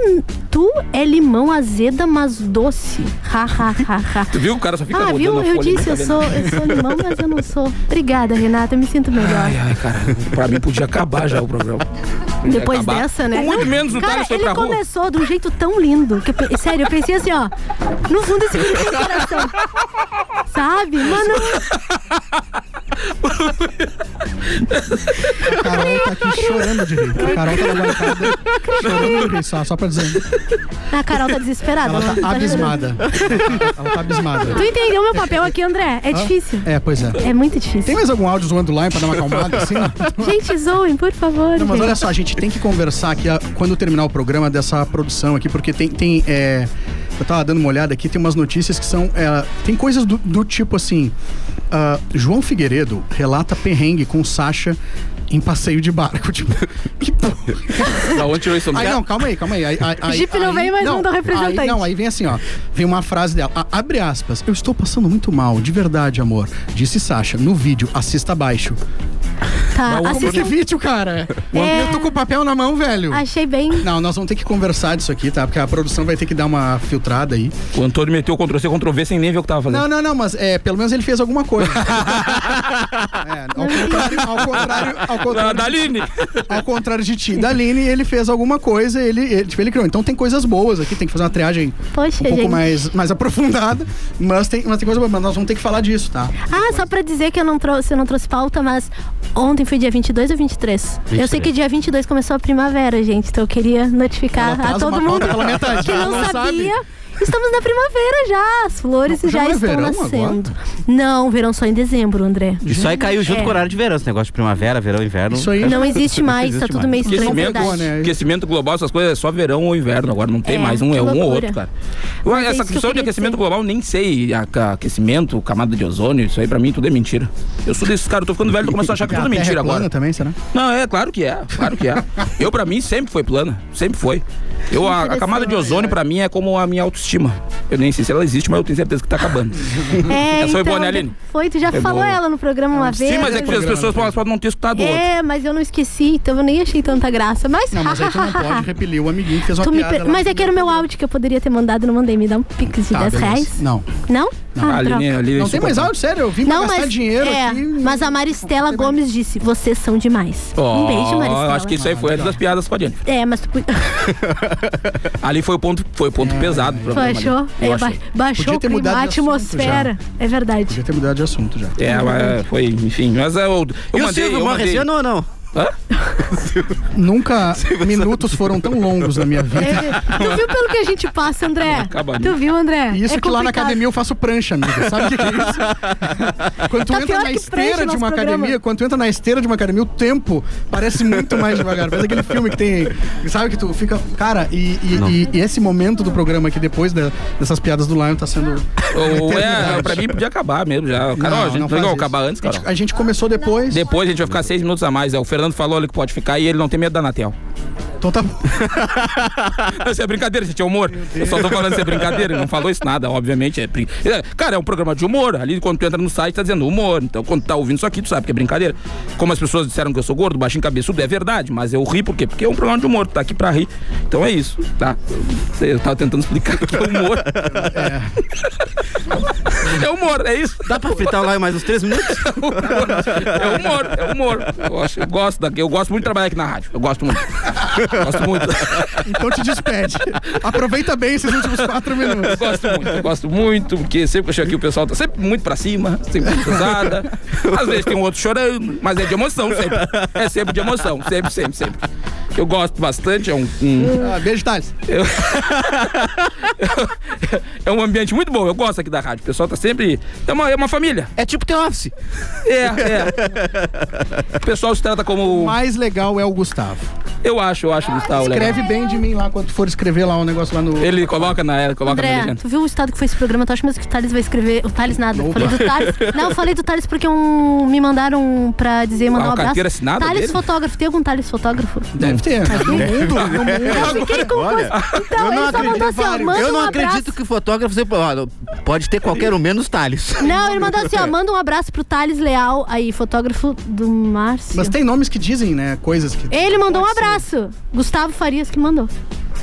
tu é limão azeda, mas doce. Ha, ha, ha, ha. Tu viu? O cara só fica Ah, rodando viu? a Eu folha, disse, tá eu vendo? sou, eu sou limão, mas eu não sou. Obrigada, Renata, eu me sinto melhor. Ai, cara, pra mim podia acabar já o programa. Podia Depois acabar. dessa, né? Com Muito Não, menos o Cara, Thales foi ele pra rua. começou de um jeito tão lindo. Que eu pe- sério, eu pensei assim, ó. No fundo, esse menino tem coração. Sabe? Mano, A Carol tá aqui chorando de rir. A Carol tá na bancada chorando de rir, só, só pra dizer. a Carol tá desesperada. Ela tá abismada. Ela tá abismada. Tu entendeu meu papel aqui, André? É Hã? difícil. É, pois é. É muito difícil. Tem mais algum áudio zoando lá pra dar uma acalmada assim? Gente, zoem, por favor. Não, mas gente. olha só, a gente tem que conversar aqui a- quando terminar o programa dessa produção aqui, porque tem. tem é, eu tava dando uma olhada aqui, tem umas notícias que são. é, tem coisas do, do tipo assim. ah, João Figueiredo relata perrengue com Sasha em passeio de barco. Tipo, que porra. Da onde tirou isso? Aí não, calma aí, calma aí. aí, aí- aí- Jipe não aí- vem, mas manda o representante. Aí, não, aí vem assim, ó. Vem uma frase dela. a- abre aspas. Eu estou passando muito mal, de verdade, amor. Disse Sasha no vídeo, assista abaixo. Tá, Mas como que assistam. vídeo, cara? É. Eu tô com o papel na mão, velho. Achei bem. Não, nós vamos ter que conversar disso aqui, tá? Porque a produção vai ter que dar uma filtrada aí. O Antônio meteu o Ctrl-C, Ctrl-V sem nem ver o que tava fazendo. Não, não, não, mas é, pelo menos ele fez alguma coisa. É, ao contrário, ao contrário, ao Da, contrário, da Aline. ao contrário de ti, da Aline, ele fez alguma coisa, ele, ele, tipo, ele criou. Então tem coisas boas aqui, tem que fazer uma triagem Poxa, um pouco gente. mais, mais aprofundada, mas tem, mas tem coisa boa, mas nós vamos ter que falar disso, tá? Ah, só pra dizer que eu não trouxe, eu não trouxe pauta, mas ontem foi dia 22 ou 23? Eu sei que dia 22 começou a primavera, gente, então eu queria notificar Ela traz a todo uma mundo pauta pela metade, que ela não não sabia. Estamos na primavera já, as flores Não, já já, não é estão verão nascendo. Não, verão só em dezembro, André. Isso aí caiu junto É. com o horário de verão, esse negócio de primavera, verão, inverno. Isso aí Não existe mais, né? tá tudo meio estranho, é Aquecimento, verdade. aquecimento global, essas coisas é só verão ou inverno. Agora não tem É, mais um, que é um ou loucura. outro, cara. Eu- Mas é essa isso que eu questão de queria aquecimento dizer. global, nem sei. A- a- Aquecimento, camada de ozônio, isso aí pra mim tudo é mentira. Eu sou desses caras, eu tô ficando velho, tô começando a achar que A tudo é Terra mentira é plana agora. também, será? Não, é, claro que é, claro que é. Eu, pra mim, sempre foi plana, sempre foi. Eu, a, a camada de ozônio, pra mim, é como a minha autoestima. Eu nem sei se ela existe, mas eu tenho certeza que tá acabando. É, Essa foi então, boa, né, Aline? Foi, tu já É Foi falou boa. ela no programa uma vez. né? Sim, mas é que as pessoas falam, podem não ter escutado o outro. É, mas eu não esqueci, então eu nem achei tanta graça. Mas. Não, mas aí tu não pode repelir o amiguinho que fez uma Tu me piada per- lá. Mas é que era o meu áudio que eu poderia ter mandado, não mandei. Me dá um pix de Tá, 10 beleza. reais. Não. Não? Ah, Aline- droga. Aline é Não tem mais insuportável. áudio, sério? Eu vim pra Não, gastar mas, dinheiro é, aqui. mas a Maristela Gomes disse: vocês são demais. um beijo, Ó, Maristela. acho que isso aí foi antes das piadas com a Jennifer. É, mas tu pu- Ali foi o ponto, foi o ponto É. pesado. do programa, ali. baixou, Eu é, ba- achei. baixou Podia o ter clima, mudado a de assunto atmosfera. É verdade. Podia ter mudado de assunto já. É, mas foi, enfim. Mas é eu, eu E o mandei. eu Silvio morre mandei. esse ano ou não? Hã? Nunca minutos foram tão longos na minha vida. É, tu viu pelo que a gente passa, André? acaba ali. Tu viu, André? E isso É que lá na complicado. academia eu faço prancha, amiga. Sabe o que que é isso? Quando tu Tá entra pior que prancha na esteira de nosso uma programa. academia, quando tu entra na esteira de uma academia, o tempo parece muito mais devagar. Parece aquele filme que tem. Sabe que tu fica. Cara, e, e- e- e esse momento do programa aqui depois da- dessas piadas do Lion tá sendo. Ou é, Eternidade. pra mim podia acabar mesmo já. Carol, a Não, gente não não tem faz como isso. acabar antes, Carol. A gente começou depois. Depois a gente vai ficar seis minutos a mais. É, o Fernando falou ali que pode ficar e ele não tem medo da Natel. Então tá bom. Não, isso é brincadeira, gente, é humor. Eu só tô falando isso é brincadeira, ele não falou isso nada, obviamente. É brin... É, Cara, é um programa de humor. Ali quando tu entra no site tá dizendo humor. Então quando tá ouvindo isso aqui, tu sabe que é brincadeira. Como as pessoas disseram que eu sou gordo, baixinho cabeçudo, é verdade, mas eu ri por quê? Porque é um programa de humor, tu tá aqui pra rir. Então é isso, tá? Eu, não sei, eu tava tentando explicar que é humor. É humor, é isso. Dá pra fritar lá mais uns três minutos? É humor, é humor. Eu, acho- eu gosto daqui, eu gosto muito de trabalhar aqui na rádio. Eu gosto muito. Gosto muito. Então te despede. Aproveita bem esses últimos quatro minutos. Eu gosto muito, eu gosto muito, porque sempre que eu chego aqui o pessoal tá sempre muito pra cima, sempre muito pesada. Às vezes tem um outro chorando, mas é de emoção sempre. É sempre de emoção, sempre, sempre, sempre. Eu gosto bastante, é um. um- Ah, beijo, Thales. eu- é um ambiente muito bom, eu gosto aqui da rádio. O pessoal tá sempre. É uma, é uma família. É tipo The Office. É, é. O pessoal se trata O como. mais legal é o Gustavo. Eu acho, eu acho, Gustavo. legal. Escreve bem de mim lá quando for escrever lá um negócio lá no. Ele coloca na ele coloca na André, legenda. tu viu o estado que foi esse programa? Tu acha mesmo que o Thales vai escrever? O Thales nada. Eu Falei do Thales. Não, eu falei do Thales porque um, me mandaram pra dizer, mandar um Ah, uma abraço. carteira assinada Thales dele? fotógrafo. Tem algum Thales fotógrafo? Deve ter. É, No mundo, no mundo. Eu fiquei com Olha, Então, ele só mandou assim, ó, manda eu não um abraço. acredito que fotógrafo você- ó, pode ter qualquer um, menos Thales. Não, ele mandou assim, ó, manda um abraço pro Thales Leal, aí, fotógrafo do Márcio. Mas tem nomes que dizem, né? Coisas que. Ele mandou um abraço. Gustavo Farias que mandou.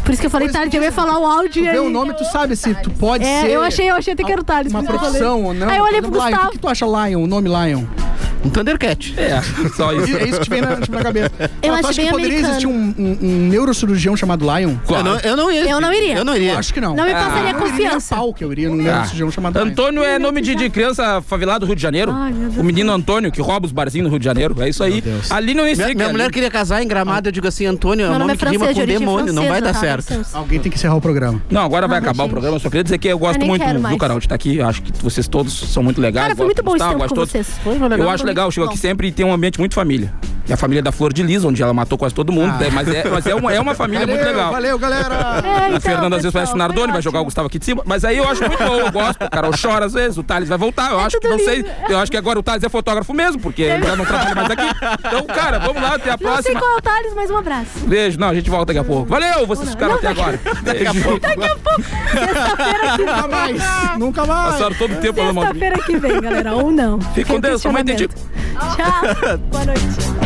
Por isso que eu falei, Coisas Thales, que eu ia dizem. falar o áudio Tu aí. vê o nome, tu sabe se tu pode É, ser. eu achei, eu achei até que era o Thales. Uma por isso que eu falei. profissão ou não. Aí eu olhei pro Lion, Gustavo. O que, que tu acha Lion, o nome Lion? Um Thundercat. É, só isso. É isso que te vem na, te vem na cabeça. Eu Mas acho tu acha bem que poderia americano. existir um, um- um neurocirurgião chamado Lion? Eu não, eu não ia. Eu não iria. Eu não iria. Eu acho que não. Ah. Não me passaria não iria confiança. nem a pau que eu iria num Ah. neurocirurgião chamado Lion. Antônio é nome de, de criança favelada do Rio de Janeiro. Ai, meu Deus. o menino Antônio, que rouba os barzinhos no Rio de Janeiro. É isso aí. Ali não Minha, existe. minha mulher queria casar em Gramado, eu digo assim, Antônio, é Meu um nome nome é que rima francês, de com origem demônio, não vai francesa, dar tá? certo. Francesa. Alguém tem que encerrar o programa. Não, agora vai Ah, acabar o gente. programa. Eu só queria dizer que eu gosto nem muito quero do mais. Carol de estar aqui. Eu Acho que vocês todos são muito legais. Cara, foi Gosto muito do bom esse Gustavo, tempo gosto com de todos. vocês. Foi, foi legal. Eu acho legal, eu chego Bom. aqui sempre e tem um ambiente muito família. É a família da Flor de Lis, onde ela matou quase todo Ah. mundo. né? Mas, é, mas é, uma, é uma família muito legal. Valeu, galera! É, então, a Fernanda às vezes vai pessoal, assistir Nardoni, foi vai jogar o ótimo. Gustavo aqui de cima. Mas aí eu acho muito bom, eu gosto. O Carol chora às vezes, o Thales vai voltar. Eu acho que tudo não sei. lindo. Eu acho que agora o Thales é fotógrafo mesmo, porque ele já não trabalha mais aqui. Então, cara, vamos lá, até a Não sei próxima. qual é o Thales, mas um abraço. Beijo, não, a gente volta daqui a pouco. Valeu, vocês ficaram até agora. Daqui a pouco. Nunca mais! Nunca mais! Passaram todo o tempo falando mal de mim. Sexta-feira que vem, galera. Ou não. Fique Fica com o Deus, sua mãe tem questionamento. Tchau. Boa noite.